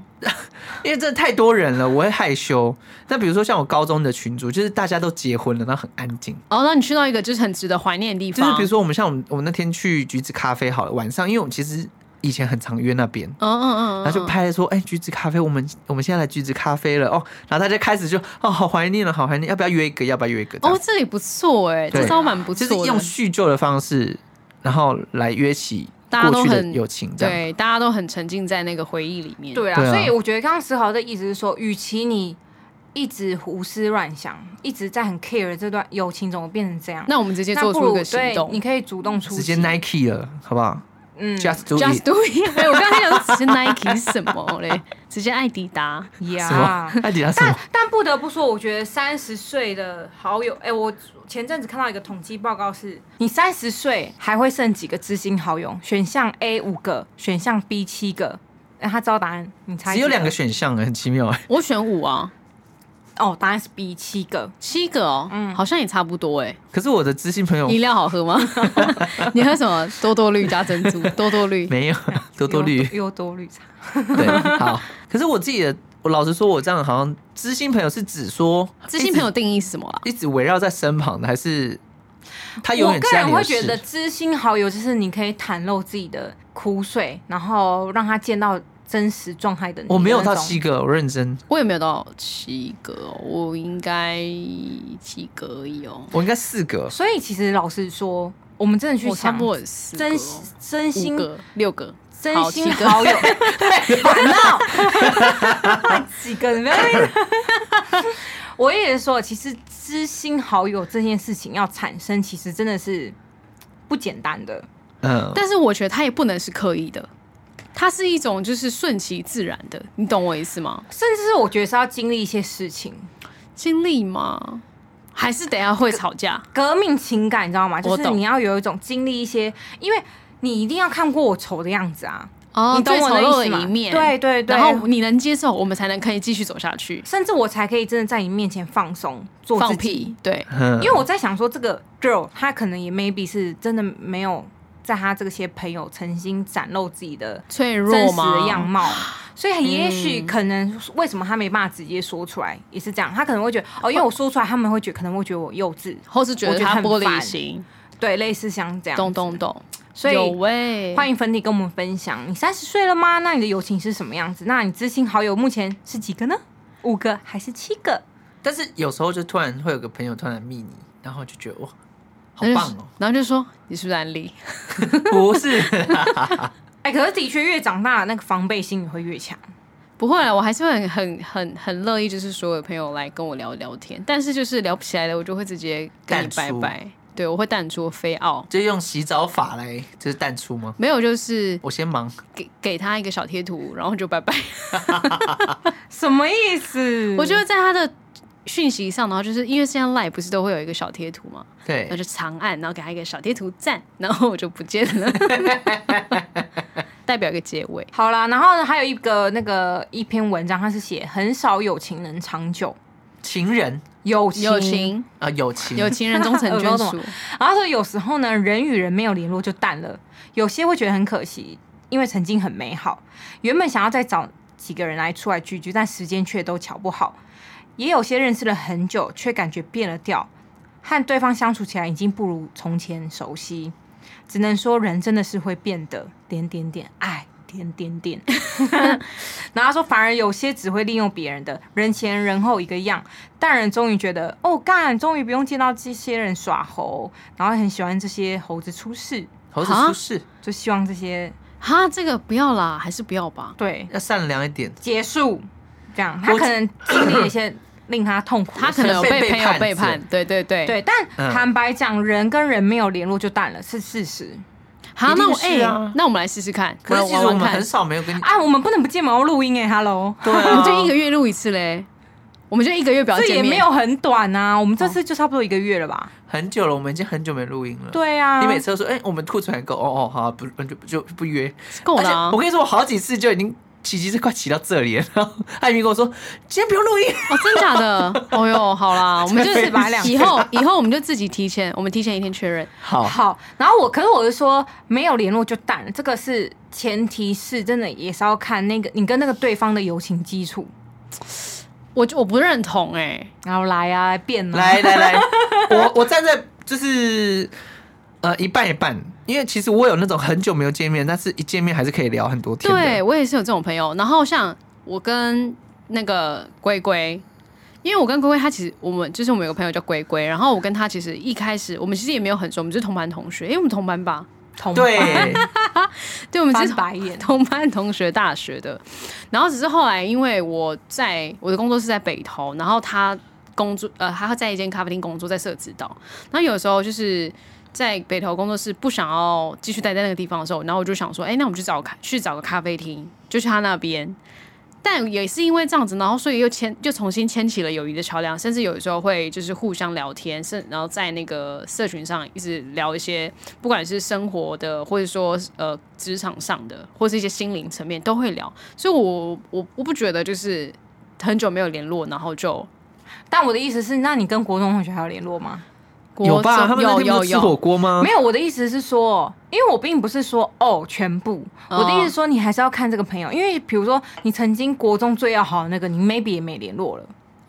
Speaker 3: 因为真的太多人了，我会害羞。那比如说像我高中的群组，就是大家都结婚了，那很安静。
Speaker 2: 哦，那你去到一个就是很值得怀念的地
Speaker 3: 就
Speaker 2: 方，
Speaker 3: 是比如说我们像我们我们那天去橘子咖啡好了，晚上，因为我们其实以前很常约那边。
Speaker 2: 嗯，嗯嗯嗯，嗯
Speaker 3: 然后就拍说，哎、橘子咖啡，我们我们现在来橘子咖啡了哦。然后大家开始就，哦，好怀念了，好怀念，要不要约一个？要不要约一个？这样
Speaker 2: 哦，这里不错哎、
Speaker 3: 对
Speaker 2: 这招蛮不
Speaker 3: 就
Speaker 2: 错
Speaker 3: 是
Speaker 2: 的，
Speaker 3: 用叙旧的方式，然后来约起
Speaker 2: 大家都
Speaker 3: 过去的
Speaker 2: 很
Speaker 3: 友情，这样。
Speaker 2: 对，大家都很沉浸在那个回忆里面。
Speaker 5: 对啊，
Speaker 3: 对啊
Speaker 5: 所以我觉得刚刚石豪的意思是说，与其你一直胡思乱想，一直在很 care 这段友情怎么变成这样，
Speaker 2: 那我们直接
Speaker 5: 那
Speaker 2: 做
Speaker 5: 不
Speaker 2: 出一
Speaker 5: 如
Speaker 2: 个行
Speaker 5: 对，你
Speaker 2: 动
Speaker 5: 可以主动出击，
Speaker 3: 直接 Nike 了，好不好、
Speaker 5: 嗯
Speaker 3: j u s t do
Speaker 2: ，Just
Speaker 3: it。
Speaker 2: do it 哎。我刚才讲直接 Nike 是什么嘞？直接艾迪达。
Speaker 3: 什么
Speaker 5: 呀。？
Speaker 3: 艾迪达什
Speaker 5: 但
Speaker 3: 么？
Speaker 5: 但不得不说，我觉得三十岁的好友，哎、我前阵子看到一个统计报告是，你三十岁还会剩几个知心好友？选项 A 五个，选项 B 七个。哎、他知道答案，你猜
Speaker 3: 只有
Speaker 5: 几
Speaker 3: 两个选项，很奇妙哎。
Speaker 2: 我选五啊，
Speaker 5: 哦，答案是 B 七个。
Speaker 2: 七个哦，
Speaker 5: 嗯哦
Speaker 2: 好像也差不多哎。
Speaker 3: 可是我的知心朋友
Speaker 2: 饮料好 喝吗？你喝什么？多多绿加珍珠，多多绿。
Speaker 3: 没有啊多多绿，
Speaker 5: 又多绿茶。
Speaker 3: 对，好。 可是我自己的，我老实说，我这样好像知心朋友是指说
Speaker 2: 知心朋友定义是什么啦？
Speaker 3: 一直一直围绕在身旁的，还是他永
Speaker 5: 我
Speaker 3: 远
Speaker 5: 个
Speaker 3: 知道
Speaker 5: 人
Speaker 3: 你的
Speaker 5: 会觉
Speaker 3: 事
Speaker 5: 得知心好友就是你可以袒露自己的苦水，然后让他见到真实状态的你的那种。
Speaker 3: 我没有到七个，我认真，
Speaker 2: 我也没有到七个哦，我应该几个而已哦。
Speaker 3: 我应该四个。
Speaker 5: 所以其实老实说，我们真的去
Speaker 2: 我哦差
Speaker 5: 想
Speaker 2: 不，多也是哦
Speaker 5: 真真
Speaker 2: 五
Speaker 5: 心
Speaker 2: 个、六个，
Speaker 5: 真
Speaker 2: 好
Speaker 5: 心
Speaker 2: 七个
Speaker 5: 好 友，烦恼几个人没有。我也是说，其实知心好友这件事情要产生，其实真的是不简单的。
Speaker 3: 嗯，
Speaker 2: 但是我觉得它也不能是刻意的，它是一种就是顺其自然的，你懂我意思吗？
Speaker 5: 甚至是我觉得是要经历一些事情，
Speaker 2: 经历吗？还是等一下会吵架？
Speaker 5: 革命情感，你知道吗？就
Speaker 2: 我
Speaker 5: 是
Speaker 2: 懂
Speaker 5: 你要有一种经历一些，因为你一定要看过我丑的样子啊，
Speaker 2: 哦
Speaker 5: 你懂
Speaker 2: 最
Speaker 5: 我
Speaker 2: 丑
Speaker 5: 的
Speaker 2: 陋
Speaker 5: 意思吗
Speaker 2: 一面，
Speaker 5: 对对对，
Speaker 2: 然后你能接受，我们才能可以继续走下去。
Speaker 5: 甚至我才可以真的在你面前放松，做
Speaker 2: 放
Speaker 5: 自己
Speaker 2: 屁，对，
Speaker 3: 因
Speaker 5: 因为我在想说，这个 girl 她可能也 maybe 是真的没有在他这些朋友曾经展露自己的
Speaker 2: 脆
Speaker 5: 真
Speaker 2: 弱
Speaker 5: 实
Speaker 2: 吗？嗯
Speaker 5: 的样貌。所以也许可能为什么他没办法直接说出来，也是这样。他可能会觉得哦，因为我说出来，他们会觉得可能会觉得我幼稚，
Speaker 2: 或是觉
Speaker 5: 我
Speaker 2: 得
Speaker 5: 觉得
Speaker 2: 他
Speaker 5: 很
Speaker 2: 玻璃
Speaker 5: 烦
Speaker 2: 心，
Speaker 5: 对，类似像这样。
Speaker 2: 懂懂懂。
Speaker 5: 所以
Speaker 2: 有喂，
Speaker 5: 欢迎粉底跟我们分享，你三十岁了吗？那你的友情是什么样子？那你知心好友目前是几个呢？五个还是七个？
Speaker 3: 但是有时候就突然会有个朋友突然密你，然后就觉得哇，好
Speaker 2: 然后
Speaker 3: 棒
Speaker 2: 就
Speaker 3: 哦！
Speaker 2: 然后就说你是不是安利？
Speaker 3: 不是啦，
Speaker 5: 哎、可是的确越长大，那个防备心也会越强。
Speaker 2: 不会啦，啊我还是会很很很很乐意，就是所有朋友来跟我聊聊天。但是就是聊不起来的，我就会直接跟你拜
Speaker 3: 淡出
Speaker 2: 拜。对，我会淡出飞奥。
Speaker 3: 就用洗澡法来，就是淡出吗？
Speaker 2: 没有，就是
Speaker 3: 我先忙，
Speaker 2: 给给他一个小贴图，然后就拜拜。
Speaker 5: 什么意思？
Speaker 3: 嗯
Speaker 2: 我觉得在他的讯息上，然后就是因为现在 l i e 不是都会有一个小贴图嘛，
Speaker 3: 对
Speaker 2: 然后，就长按，然后给他一个小贴图赞，然后我就不见 了，代表一个结尾。
Speaker 5: 好啦，然后呢，还有一个那个一篇文章，它是写很少有情能长久，
Speaker 3: 情人
Speaker 5: 友情
Speaker 2: 友。情，
Speaker 3: 啊，友情，
Speaker 2: 有情人终 成
Speaker 5: 耳
Speaker 2: 眷
Speaker 5: 朵
Speaker 2: 属
Speaker 5: 懂。然后他说有时候呢，人与人没有联络就淡了，有些会觉得很可惜，因为曾经很美好，原本想要再找几个人来出来聚聚，但时间却都瞧不好。也有些认识了很久，却感觉变了调，和对方相处起来已经不如从前熟悉。只能说人真的是会变的，点点点，爱。点点点，然后他说，反而有些只会利用别人的人前人后一个样，大人终于觉得，哦干，终于不用见到这些人耍猴，然后很喜欢这些猴子出事，
Speaker 3: 猴子出事，
Speaker 5: 就希望这些
Speaker 2: 哈，这个不要啦，还是不要吧。
Speaker 5: 对
Speaker 3: 要善良一点。
Speaker 5: 结束，这样他
Speaker 3: 猴子
Speaker 5: 可能经历了一些令他痛苦的事，
Speaker 2: 他可能有
Speaker 3: 被
Speaker 2: 被
Speaker 3: 背
Speaker 2: 朋友
Speaker 3: 叛
Speaker 2: 背
Speaker 3: 是
Speaker 2: 叛，对对对。
Speaker 5: 对，但
Speaker 3: 嗯
Speaker 5: 坦白讲，人跟人没有联络就淡了，是事实。
Speaker 2: 好，
Speaker 3: 一
Speaker 2: 那
Speaker 3: 定
Speaker 2: 我哎
Speaker 3: 是啊
Speaker 2: 那我们来试试看，
Speaker 3: 可是其
Speaker 2: 玩
Speaker 3: 实我
Speaker 2: 玩
Speaker 3: 们
Speaker 2: 看
Speaker 3: 很。少没有跟你，
Speaker 5: 啊， 我们不能不见毛录音哎，Hello，
Speaker 3: 对
Speaker 2: 我们就
Speaker 3: 啊，
Speaker 2: 一个月录一次嘞，我们就一个月不要
Speaker 5: 这也
Speaker 2: 见面。嗯
Speaker 5: 没有很短啊，我们这次就差不多一个月了吧？
Speaker 3: 很久了，我们已经很久没录音了。，
Speaker 5: 对啊，
Speaker 3: 你每次都说，哎，我们库存还够，哦哦，好啊，不，就就不约。
Speaker 2: 够
Speaker 3: 而
Speaker 2: 了
Speaker 3: 且
Speaker 2: 啊！
Speaker 3: 我跟你说，我好几次就已经骑机车快骑到这里了， 然后艾米跟我说，今天不用录音，
Speaker 2: 哦，真假的？ 哦哟，好啦，我们就
Speaker 5: 这
Speaker 2: 是
Speaker 5: 次把两次
Speaker 2: 以后以后我们就自己提前，我们提前一天确认。
Speaker 3: 好，
Speaker 5: 好，然后我可是我是说没有联络就淡了，这个是前提是真的也是要看那个你跟那个对方的友情基础，
Speaker 2: 我就我不认同哎、
Speaker 5: 然后来啊变啊，
Speaker 3: 来来来， 我我站在就是呃一半一半，因为其实我有那种很久没有见面，但是一见面还是可以聊很多天的。
Speaker 2: 对我也是有这种朋友。然后像我跟那个龟龟，因为我跟龟龟，他其实我们就是我们有个朋友叫龟龟，然后我跟他其实一开始我们其实也没有很熟，我们就是同班同学，因为我们同班吧，
Speaker 5: 同
Speaker 3: 对，
Speaker 2: 对，我们
Speaker 5: 翻
Speaker 2: 是同
Speaker 5: 白眼，
Speaker 2: 同班同学大学的，然后只是后来因为我在我的工作是在北投，然后他工作呃他在一间咖啡厅工作，在社子岛，然后有时候就是。在北投工作室不想要继续待在那个地方的时候，然后我就想说，哎、那我们去找咖去找个咖啡厅，就去他那边。但也是因为这样子，然后所以又牵就重新牵起了友谊的桥梁，甚至有时候会就是互相聊天，甚然后在那个社群上一直聊一些不管是生活的，或者说呃职场上的，或是一些心灵层面都会聊。所以我我我不觉得就是很久没有联络，然后就
Speaker 5: 但我的意思是，那你跟国中同学还有联络吗？
Speaker 2: 国
Speaker 3: 有吧？
Speaker 2: 中
Speaker 3: 他们那
Speaker 2: 有
Speaker 3: 天不
Speaker 2: 有
Speaker 3: 是吃火
Speaker 2: 有，
Speaker 3: 锅吗？
Speaker 5: 没有，我的意思是说，因为我并不是说哦全部，我的意思是说你还是要看这个朋友，因为比如说你曾经国中最要好的那个，你 maybe 也没联络了。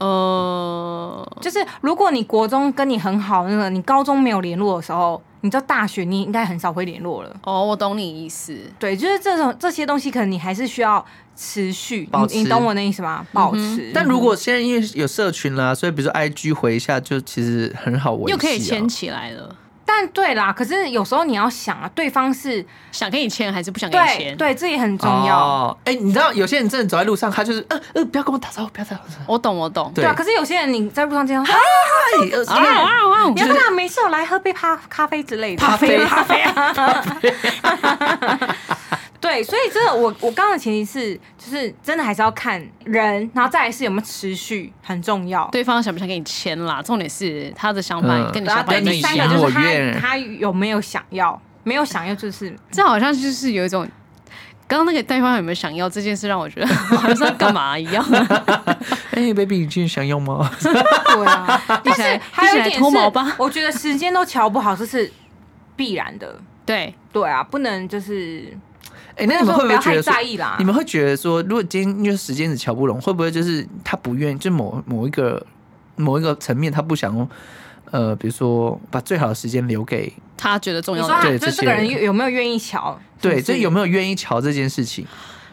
Speaker 2: 呃，
Speaker 5: 就是如果你国中跟你很好的那个，你高中没有联络的时候，你到大学你应该很少会联络了。
Speaker 2: 哦，我懂你意思。
Speaker 5: 对，就是这种这些东西，可能你还是需要持续，
Speaker 3: 保持
Speaker 5: 你你懂我那意思吗？保持。
Speaker 3: 但如果现在因为有社群啦，所以比如说 IG 回一下，就其实很好维系、啊，
Speaker 2: 又可以牵起来了，
Speaker 5: 但对啦，可是有时候你要想啊，对方是
Speaker 2: 想跟你牵还是不想跟你
Speaker 5: 对
Speaker 2: 牵？，
Speaker 5: 对，这也很重要。
Speaker 3: 哦哎、你知道有些人真的走在路上，他就是呃呃，不要跟我打招呼，不要打招呼。
Speaker 2: 我懂我懂。
Speaker 3: 对
Speaker 5: 对啊，可是有些人你在路上见到他，
Speaker 3: 哎呃
Speaker 2: 啊啊啊！
Speaker 5: 啊你要跟他没事，我来喝杯咖咖啡之类的。
Speaker 3: 咖啡咖
Speaker 5: 啡啊！对，所以这个我我刚刚的前提是，就是真的还是要看人，然后再来是有没有持续很重要。
Speaker 2: 对方想不想跟你牵啦？重点是他的想法
Speaker 3: 嗯
Speaker 2: 跟你
Speaker 5: 然后
Speaker 2: 想法
Speaker 5: 对
Speaker 2: 一
Speaker 3: 等
Speaker 5: 第三
Speaker 2: 样
Speaker 3: 你想
Speaker 5: 个就是
Speaker 3: 我愿
Speaker 5: 他他有没有想要，没有想要就是
Speaker 2: 这好像就是有一种，刚刚那个对方有没有想要这件事，让我觉得 好像干嘛一 样。
Speaker 3: 哎、b a b y 你今天想 用吗？
Speaker 5: 对啊，但
Speaker 2: 一起来
Speaker 5: 是还有一
Speaker 2: 一起
Speaker 5: 点
Speaker 2: 来脱毛
Speaker 5: 是
Speaker 2: 吧，
Speaker 5: 我觉得时间都瞧不好，这是必然的。
Speaker 2: 对，
Speaker 5: 对啊，不能就是
Speaker 3: 哎、那你们会
Speaker 5: 不
Speaker 3: 会
Speaker 5: 要
Speaker 3: 觉
Speaker 5: 太
Speaker 3: 得说
Speaker 5: 在意啦
Speaker 3: 你？们会觉得说，如果今天就是时间只瞧不拢，会不会就是他不愿意，就某某一个某一个层面，他不想，呃，比如说把最好的时间留给
Speaker 2: 他觉得重
Speaker 5: 你
Speaker 2: 要
Speaker 5: 说
Speaker 2: 的
Speaker 5: 他
Speaker 3: 对
Speaker 5: 就是
Speaker 3: 这
Speaker 5: 这
Speaker 3: 些
Speaker 5: 个人
Speaker 3: 人
Speaker 5: 有有没有愿意瞧？
Speaker 3: 对，
Speaker 5: 是不
Speaker 3: 就是有没有愿意瞧这件事情？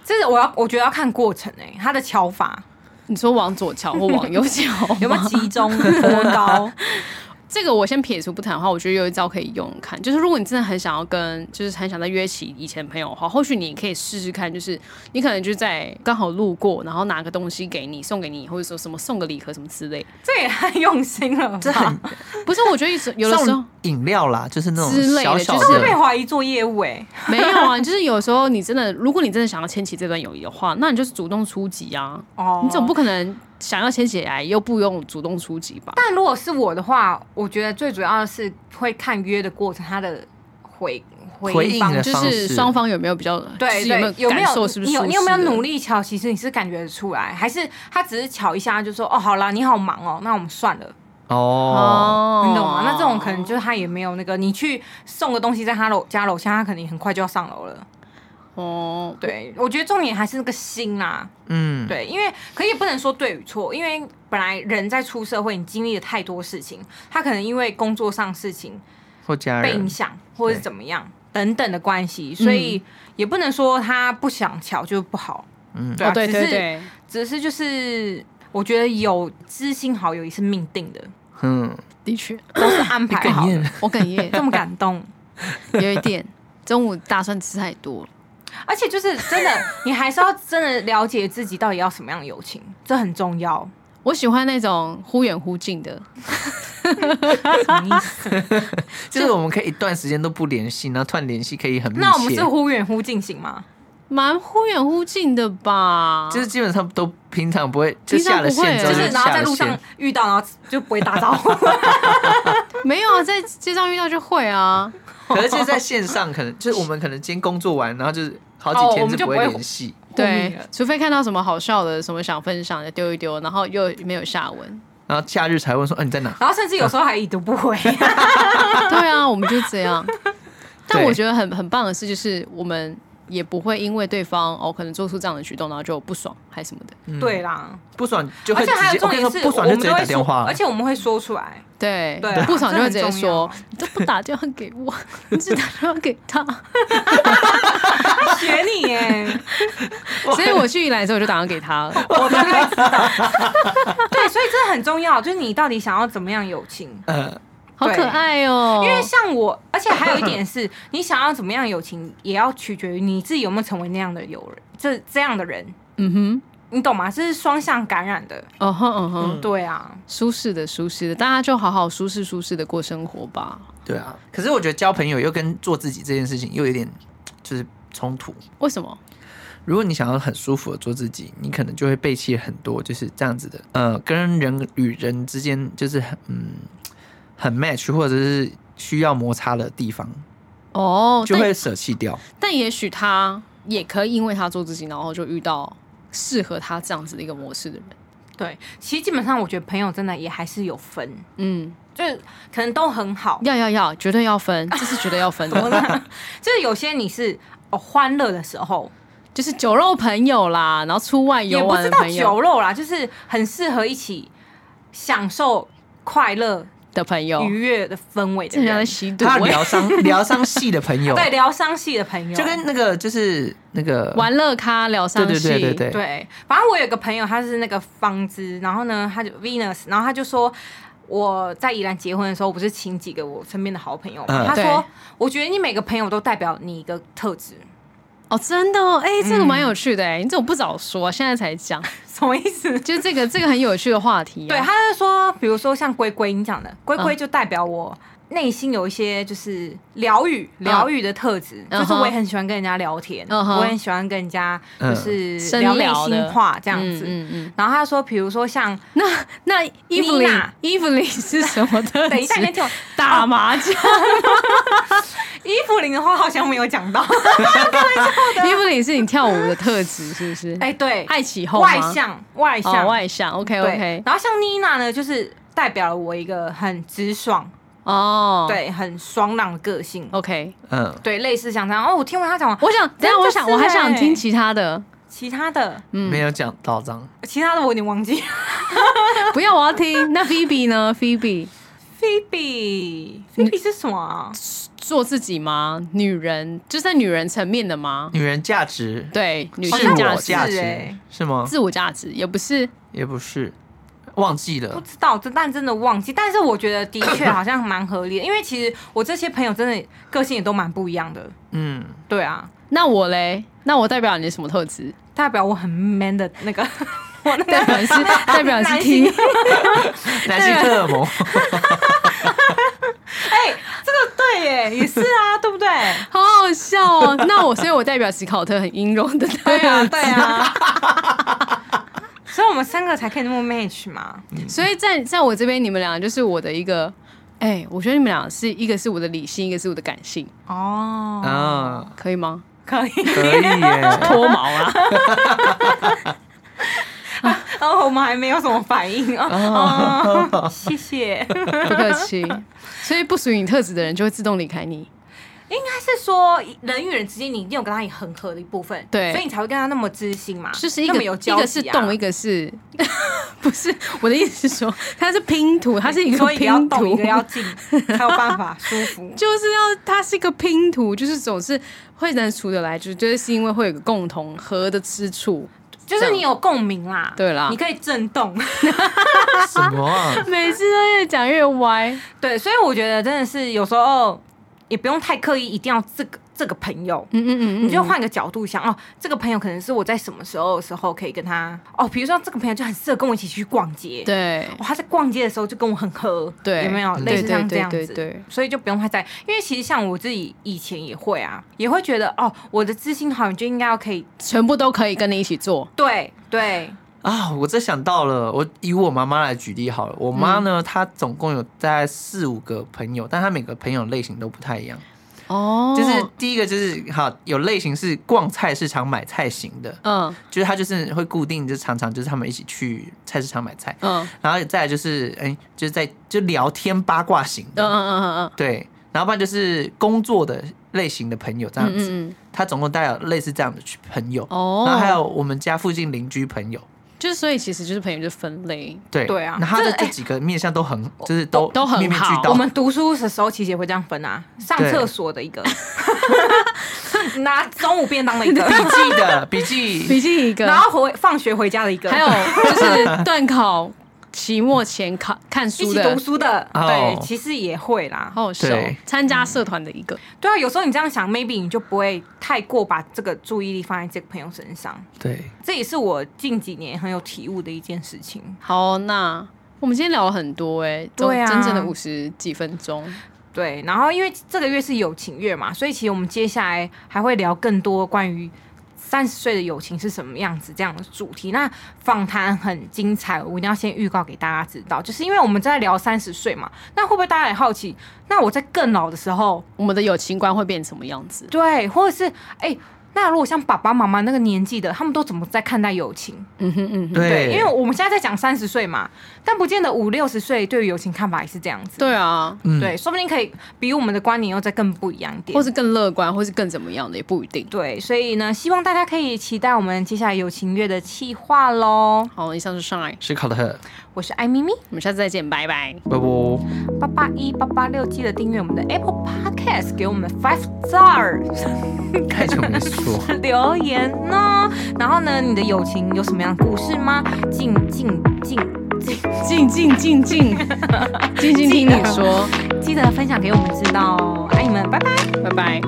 Speaker 5: 这是我要我觉得要看过程哎、他的瞧法
Speaker 2: 你说往左瞧 或往右 瞧吗，
Speaker 5: 有没有集中 多高？
Speaker 2: 这个我先撇除不谈的话，我觉得有一招可以用看，就是如果你真的很想要跟，就是很想再约起以前的朋友的话，或许你可以试试看，就是你可能就在刚好路过，然后拿个东西给你，送给你，或者说什么送个礼盒什么之类。
Speaker 5: 这也太用心了吧，
Speaker 3: 这很
Speaker 2: 不是，我觉得有时有的时候
Speaker 3: 送饮料啦，就是那
Speaker 2: 之类
Speaker 3: 种
Speaker 2: 的
Speaker 3: 小小
Speaker 2: 就是
Speaker 5: 会被
Speaker 3: 的，
Speaker 5: 怀疑做业务哎、
Speaker 2: 没有啊，就是有时候你真的，如果你真的想要牵起这段友谊的话，那你就是主动出击啊，
Speaker 5: 哦
Speaker 2: 你总不可能想要牵起来又不用主动出击吧？
Speaker 5: 但如果是我的话，我觉得最主要的是会看约的过程，他的回
Speaker 3: 回
Speaker 5: 应
Speaker 3: 应
Speaker 5: 方
Speaker 3: 的
Speaker 5: 式
Speaker 2: 就是双方有没有比较，
Speaker 5: 对
Speaker 2: 就是有没
Speaker 5: 对，有
Speaker 2: 有感受
Speaker 5: 有
Speaker 2: 是不是
Speaker 5: 你有
Speaker 2: 舒
Speaker 5: 你有没有
Speaker 2: 适的
Speaker 5: 努力瞧？其实你是感觉得出来，还是他只是瞧一下就说哦，好啦，你好忙哦，那我们算了，
Speaker 3: 哦，
Speaker 2: 哦
Speaker 5: 你懂吗？那这种可能就是他也没有那个，你去送个东西在他楼家楼下，他肯定很快就要上楼了。
Speaker 2: 哦，
Speaker 5: 对，我觉得重点还是那个心啦、
Speaker 3: 嗯，
Speaker 5: 对，因为可也不能说对与错，因为本来人在出社会，你经历了太多事情，他可能因为工作上事情
Speaker 3: 或家
Speaker 5: 被影
Speaker 3: 人，
Speaker 5: 响，或者是怎么样等等的关系，所以
Speaker 2: 嗯
Speaker 5: 也不能说他不想瞧就不好，
Speaker 3: 嗯，
Speaker 5: 啊
Speaker 2: 哦对对
Speaker 5: 只是
Speaker 2: 对，
Speaker 5: 只是就是我觉得有知心好友也是命定的，
Speaker 3: 嗯，
Speaker 2: 的确，
Speaker 5: 都是安排好
Speaker 3: 哽
Speaker 5: 的，
Speaker 3: 咽，
Speaker 2: 我哽咽，
Speaker 5: 这么感动。
Speaker 2: 有一点，中午大蒜吃太多了。
Speaker 5: 而且就是真的，你还是要真的了解自己到底要什么样的友情，这很重要。
Speaker 2: 我喜欢那种忽远忽近的，
Speaker 5: 什么意思？
Speaker 3: 就是我们可以一段时间都不联系，然后突然联系可以很密
Speaker 5: 那我们
Speaker 3: 切
Speaker 5: 是，忽远忽近型吗？
Speaker 2: 蛮忽远忽近的吧。
Speaker 3: 就是基本上都平常不会，就
Speaker 2: 平常
Speaker 3: 下了
Speaker 2: 不会
Speaker 3: 线之
Speaker 5: 就
Speaker 3: 后
Speaker 5: 是
Speaker 2: 对
Speaker 5: 然后
Speaker 3: 下
Speaker 5: 在
Speaker 3: 了
Speaker 5: 路上
Speaker 3: 线，
Speaker 5: 遇到，然后就不会打招 呼。
Speaker 2: 没有啊，在街上遇到就会啊。
Speaker 3: 可是就是在线上，可能就是我们可能今天工作完，然后就是好
Speaker 5: 哦
Speaker 3: 几
Speaker 5: 我
Speaker 3: 天
Speaker 5: 们
Speaker 3: 是
Speaker 5: 就
Speaker 3: 不会
Speaker 5: 不会
Speaker 3: 联系。
Speaker 2: 对，除非看到什么好笑的，什么想分享的丢一丢，然后又没有下文。
Speaker 3: 然后假日才问说，嗯、你在哪？
Speaker 5: 然后甚至有时候还已读不回。
Speaker 2: 对啊，我们就这样。但
Speaker 3: 对
Speaker 2: 我觉得很很棒的事就是，我们也不会因为对方哦可能做出这样的举动，然后就不爽还什么的。
Speaker 5: 对啦，
Speaker 3: 不爽嗯就会
Speaker 5: 而且
Speaker 3: 直
Speaker 5: 还有
Speaker 3: 接，
Speaker 5: 重
Speaker 3: 我跟
Speaker 5: 点
Speaker 3: 你说
Speaker 5: 是，
Speaker 3: 不
Speaker 5: 我
Speaker 3: 爽就
Speaker 5: 们
Speaker 3: 直接
Speaker 5: 都
Speaker 3: 打
Speaker 5: 会说
Speaker 3: 电话，
Speaker 5: 而且我们会说出来。
Speaker 2: 对，
Speaker 5: 对啊
Speaker 2: 不爽就会直接
Speaker 5: 这很重要
Speaker 2: 说，你都不打电话给我， 你只打电话给 他。
Speaker 5: 他学你耶，
Speaker 2: 所以我去宜兰的时候，我就打算给他了。
Speaker 5: 我大概知道。对，所以这很重要，就是你到底想要怎么样友情？
Speaker 3: 呃，
Speaker 2: 好可爱哦、
Speaker 5: 因为像我，而且还有一 点是，你想要怎么样友情，也要取决于你自己有没有成为那样的友人，这这样的人，
Speaker 2: 嗯
Speaker 5: 你懂吗？这是双向感染的。
Speaker 2: 哼，嗯哼嗯哼，
Speaker 5: 对啊，
Speaker 2: 舒适的舒适的，大家就好好舒适舒适的过生活吧。
Speaker 3: 对啊。可是我觉得交朋友又跟做自己这件事情又有点就是冲突。
Speaker 2: 为什么？
Speaker 3: 如果你想要很舒服的做自己，你可能就会背弃很多就是这样子的，呃，跟人与人之间就是很嗯很 match 或者是需要摩擦的地方，
Speaker 2: 哦，
Speaker 3: 就
Speaker 2: 但
Speaker 3: 会舍弃 掉。
Speaker 2: 但也许他也可以因为他做自己，然后就遇到适合他这样子的一个模式的人。
Speaker 5: 对，其实基本上我觉得朋友真的也还是有分，
Speaker 2: 嗯，
Speaker 5: 就是可能都很 好，
Speaker 2: 要要要，绝对要分，这是绝对要分的，
Speaker 5: 就是有些你是哦欢乐的时候，
Speaker 2: 就是酒肉朋友啦，然后出外
Speaker 5: 也
Speaker 2: 游
Speaker 5: 不
Speaker 2: 玩
Speaker 5: 知
Speaker 2: 的
Speaker 5: 道
Speaker 2: 啊朋友
Speaker 5: 酒肉啦，就是很适合一起享受快乐、
Speaker 2: 的朋友，
Speaker 5: 愉悦的氛围的
Speaker 2: 这人家在
Speaker 5: 人。
Speaker 2: 吸毒、
Speaker 3: 他
Speaker 2: 欸，
Speaker 3: 疗 伤疗伤系的朋友，
Speaker 5: 对，疗伤系的朋友，
Speaker 3: 就跟那个就是那个
Speaker 2: 玩乐咖疗伤
Speaker 3: 对对
Speaker 2: 系，
Speaker 3: 对对对
Speaker 5: 对，反正我有个朋友，他是那个方知，然后呢，他就 Venus，然后他就说。我在宜兰结婚的时候，我不是请几个我身边的好朋友嘛？
Speaker 3: 嗯
Speaker 5: 他
Speaker 2: 对
Speaker 5: 说：“我觉得你每个朋友都代表你一个特质，
Speaker 2: 哦，真的哦，哎、
Speaker 5: 嗯
Speaker 2: 这个蛮有趣的哎、你怎么不早说、现在才讲？
Speaker 5: 什么意思？
Speaker 2: 就这个这个很有趣的话题、啊。
Speaker 5: 对，他就说，比如说像龟龟你讲的，龟龟
Speaker 2: 嗯
Speaker 5: 就代表我内心有一些就是疗愈、
Speaker 2: 嗯
Speaker 5: 疗愈的特质，
Speaker 2: 嗯哼
Speaker 5: 就是我也很喜欢跟人家聊天，
Speaker 2: 嗯哼嗯
Speaker 5: 我也很喜欢跟人家就是
Speaker 2: 深
Speaker 5: 聊内
Speaker 2: 聊
Speaker 5: 心
Speaker 2: 的
Speaker 5: 话这样
Speaker 2: 嗯
Speaker 5: 子。
Speaker 2: 嗯嗯。
Speaker 5: 然后他说，比如说像，
Speaker 2: 那那伊芙琳
Speaker 5: Nina，
Speaker 2: 伊芙琳是什么 特
Speaker 5: 等一下你先
Speaker 2: 质？
Speaker 5: 听我，
Speaker 2: 打麻将，
Speaker 5: 伊芙琳的话好像没有讲到，
Speaker 2: 伊芙琳是你跳舞的特质，是不 是？
Speaker 5: 哎，对，
Speaker 2: 爱起后吗
Speaker 5: 外向，哦外向，
Speaker 2: 哦，外向。OK
Speaker 5: 对
Speaker 2: OK，。
Speaker 5: 然后像妮娜呢，就是代表了我一个很直爽、
Speaker 2: 哦，
Speaker 5: 对，很爽朗的个性，
Speaker 2: ，OK，
Speaker 3: 嗯，
Speaker 5: 对，类似像这样。哦，我听完他讲完，
Speaker 2: 我想，等一下
Speaker 5: 真的
Speaker 2: 我想，
Speaker 5: 是
Speaker 2: 我还
Speaker 5: 欸
Speaker 2: 想听其他的，
Speaker 5: 其他的，
Speaker 2: 嗯
Speaker 3: 没有讲到脏，
Speaker 5: 其他的我有点忘记。
Speaker 2: 不要，我要听。那 Phoebe 呢？Phoebe
Speaker 5: Phoebe，Phoebe 是什么啊？
Speaker 2: 做自己吗？女人就在女人层面的吗？
Speaker 3: 女人价值
Speaker 2: 对，女
Speaker 3: 是
Speaker 2: 性
Speaker 5: 我
Speaker 2: 价
Speaker 3: 哦我
Speaker 2: 值、
Speaker 3: 价
Speaker 5: 是
Speaker 3: 值
Speaker 5: 欸
Speaker 3: 是吗？
Speaker 2: 自我价值也不是
Speaker 3: 也不是，忘记
Speaker 5: 不
Speaker 3: 了，
Speaker 5: 知道，这但真的忘记。但是我觉得的确好像蛮合理的，因为其实我这些朋友真的个性也都蛮不一样的。
Speaker 3: 嗯，
Speaker 5: 对啊，
Speaker 2: 那我嘞？那我代表你什么特 质？
Speaker 5: 代表我很 man 的那个， 我那
Speaker 2: 代
Speaker 5: 个
Speaker 2: 表是 代表是
Speaker 5: 男性
Speaker 2: 听，
Speaker 3: 男性荷尔蒙，
Speaker 5: 哎、这个对耶，也是啊，对不对？
Speaker 2: 好好笑哦。那我所以，我代表史考特很阴柔 的
Speaker 5: 对
Speaker 2: 代
Speaker 5: 啊，
Speaker 2: 表，
Speaker 5: 对 啊。所以我们三个才可以那么 match 嘛。
Speaker 2: 所以在在我这边，你们俩就是我的一个。哎、我觉得你们俩是一个是我的理性，一个是我的感性，
Speaker 5: 哦，
Speaker 3: 啊，
Speaker 2: 可以吗？
Speaker 5: 可以。
Speaker 3: 可以耶，
Speaker 2: 脱毛啊！
Speaker 5: 哦，我们还没有什么反应哦。
Speaker 2: 啊
Speaker 5: 哦，谢谢。
Speaker 2: 不客气。所以不属于你特质的人就会自动离开你。
Speaker 5: 应该是说人与人之间，你一定有跟他很很合的一部分，
Speaker 2: 对
Speaker 5: 所以你才会跟他那么知心嘛，
Speaker 2: 就是一
Speaker 5: 那
Speaker 2: 个
Speaker 5: 么有
Speaker 2: 一
Speaker 5: 交集、啊、
Speaker 2: 个是动，一个是不是？我的意思是说，它是拼图，它是一个
Speaker 5: 所以一个要
Speaker 2: 拼
Speaker 5: 动，一
Speaker 2: 图。
Speaker 5: 个，要 静，才有办法舒服
Speaker 2: 就是要它是一个拼图，就是总是会能处得来，就就是是因为会有个共同合的之处。
Speaker 5: 就是你有共鸣啦，
Speaker 2: 对啦
Speaker 5: 你可以震动，
Speaker 3: 什么啊？
Speaker 2: 每次都越讲越歪，
Speaker 5: 对，所以我觉得真的是有时候哦也不用太刻意，一定要这个这个朋友。
Speaker 2: 嗯嗯嗯，
Speaker 5: 你就换个角度想哦，这个朋友可能是我在什么时候的时候可以跟他哦，比如说这个朋友就很适合跟我一起去逛街，哦
Speaker 2: 对
Speaker 5: 哇，他在逛街的时候就跟我很合，
Speaker 2: 对，
Speaker 5: 有没有类似
Speaker 2: 对
Speaker 5: 像
Speaker 2: 对
Speaker 5: 这样子？
Speaker 2: 对对对
Speaker 5: 所以就不用太在意，因为其实像我自己以前也会啊，也会觉得哦，我的知心好友就应该要可以，
Speaker 2: 全部都可以跟你一起做。
Speaker 5: 对对，
Speaker 3: 啊，我真想到了，我以我妈妈来举例好了。我
Speaker 2: 嗯
Speaker 3: 妈呢，她总共有大概四五个朋友，但她每个朋友类型都不太一样。
Speaker 2: 哦
Speaker 3: 就是第一个就是好有类型是逛菜市场买菜型的，
Speaker 2: 嗯
Speaker 3: 就是她就是会固定就常常就是他们一起去菜市场买菜，
Speaker 2: 嗯
Speaker 3: 然后再来就是哎、就是在就聊天八卦型
Speaker 2: 嗯嗯
Speaker 3: 的，
Speaker 2: 嗯嗯
Speaker 3: 对，然后不然就是工作的类型的朋友这样
Speaker 2: 嗯
Speaker 3: 子。
Speaker 2: 嗯嗯，
Speaker 3: 她总共带有类似这样的去朋友，
Speaker 2: 哦
Speaker 3: 然后还有我们家附近邻居朋友。
Speaker 2: 就是所以其实就是朋友就分类，
Speaker 3: 对
Speaker 5: 对啊
Speaker 3: 那他的
Speaker 5: 这
Speaker 3: 这几个面相都很，就是都
Speaker 2: 都很
Speaker 3: 面面
Speaker 2: 好
Speaker 3: 俱
Speaker 2: 哦
Speaker 3: 到。
Speaker 5: 我 们读书的时候其实也会这样分啊，上厕所的一个， 拿中午便当 的一个，
Speaker 3: 笔记的笔记，
Speaker 2: 毕竟一个，
Speaker 5: 然后回放学回家的一个，
Speaker 2: 还有就是断考、期末前考看
Speaker 5: 一
Speaker 2: 书
Speaker 5: 起
Speaker 2: 的
Speaker 5: 读，书的，
Speaker 3: 哦
Speaker 5: 对，其实也会啦。
Speaker 2: 好好笑
Speaker 3: 对，
Speaker 2: 参加社团的一个，
Speaker 5: 对啊，有时候你这样想，maybe 你就不会太过把这个注意力放在这个朋友身上。
Speaker 3: 对，
Speaker 5: 这也是我近几年很有体悟的一件事情。
Speaker 2: 好，那我们今天聊了很多哎、欸，都
Speaker 5: 对啊
Speaker 2: 整整的五十几分钟，
Speaker 5: 对，然后因为这个月是友情月嘛，所以其实我们接下来还会聊更多关于三十岁的友情是什么样子这样的主题。那访谈很精彩，我一定要先预告给大家知道，就是因为我们在聊三十岁嘛，那会不会大家也好奇？那我在更老的时候，
Speaker 2: 我们的友情观会变成什么样子？
Speaker 5: 对，或者是哎。那如果像爸爸妈妈那个年纪的，他们都怎么在看待友情？
Speaker 2: 嗯哼嗯哼，
Speaker 3: 对，
Speaker 5: 因为我们现在在讲三十岁嘛，但不见得五六十岁对于友情看法也是这样子。
Speaker 2: 对啊，
Speaker 3: 嗯
Speaker 5: 对，说不定可以比我们的观点又再更不一样一点
Speaker 2: 或。是更乐观，或是更怎么样的也不一定。
Speaker 5: 对，所以呢，希望大家可以期待我们接下来友情月的企划喽。
Speaker 2: 好，以上是上来，
Speaker 3: 思考的很，
Speaker 5: 我是艾咪咪，
Speaker 2: 我们下次再见，拜拜。
Speaker 3: 拜拜。
Speaker 5: 八八一八八六，记得订阅我们的 Apple Podcast，给我们 five star
Speaker 3: 太久没说，
Speaker 5: 留言哦。然后呢，你的友情有什么样的故事吗？静静静静，
Speaker 2: 静静静静静静听你说，
Speaker 5: 记得分享给我们知道哦。爱你们，拜拜。
Speaker 2: 拜拜。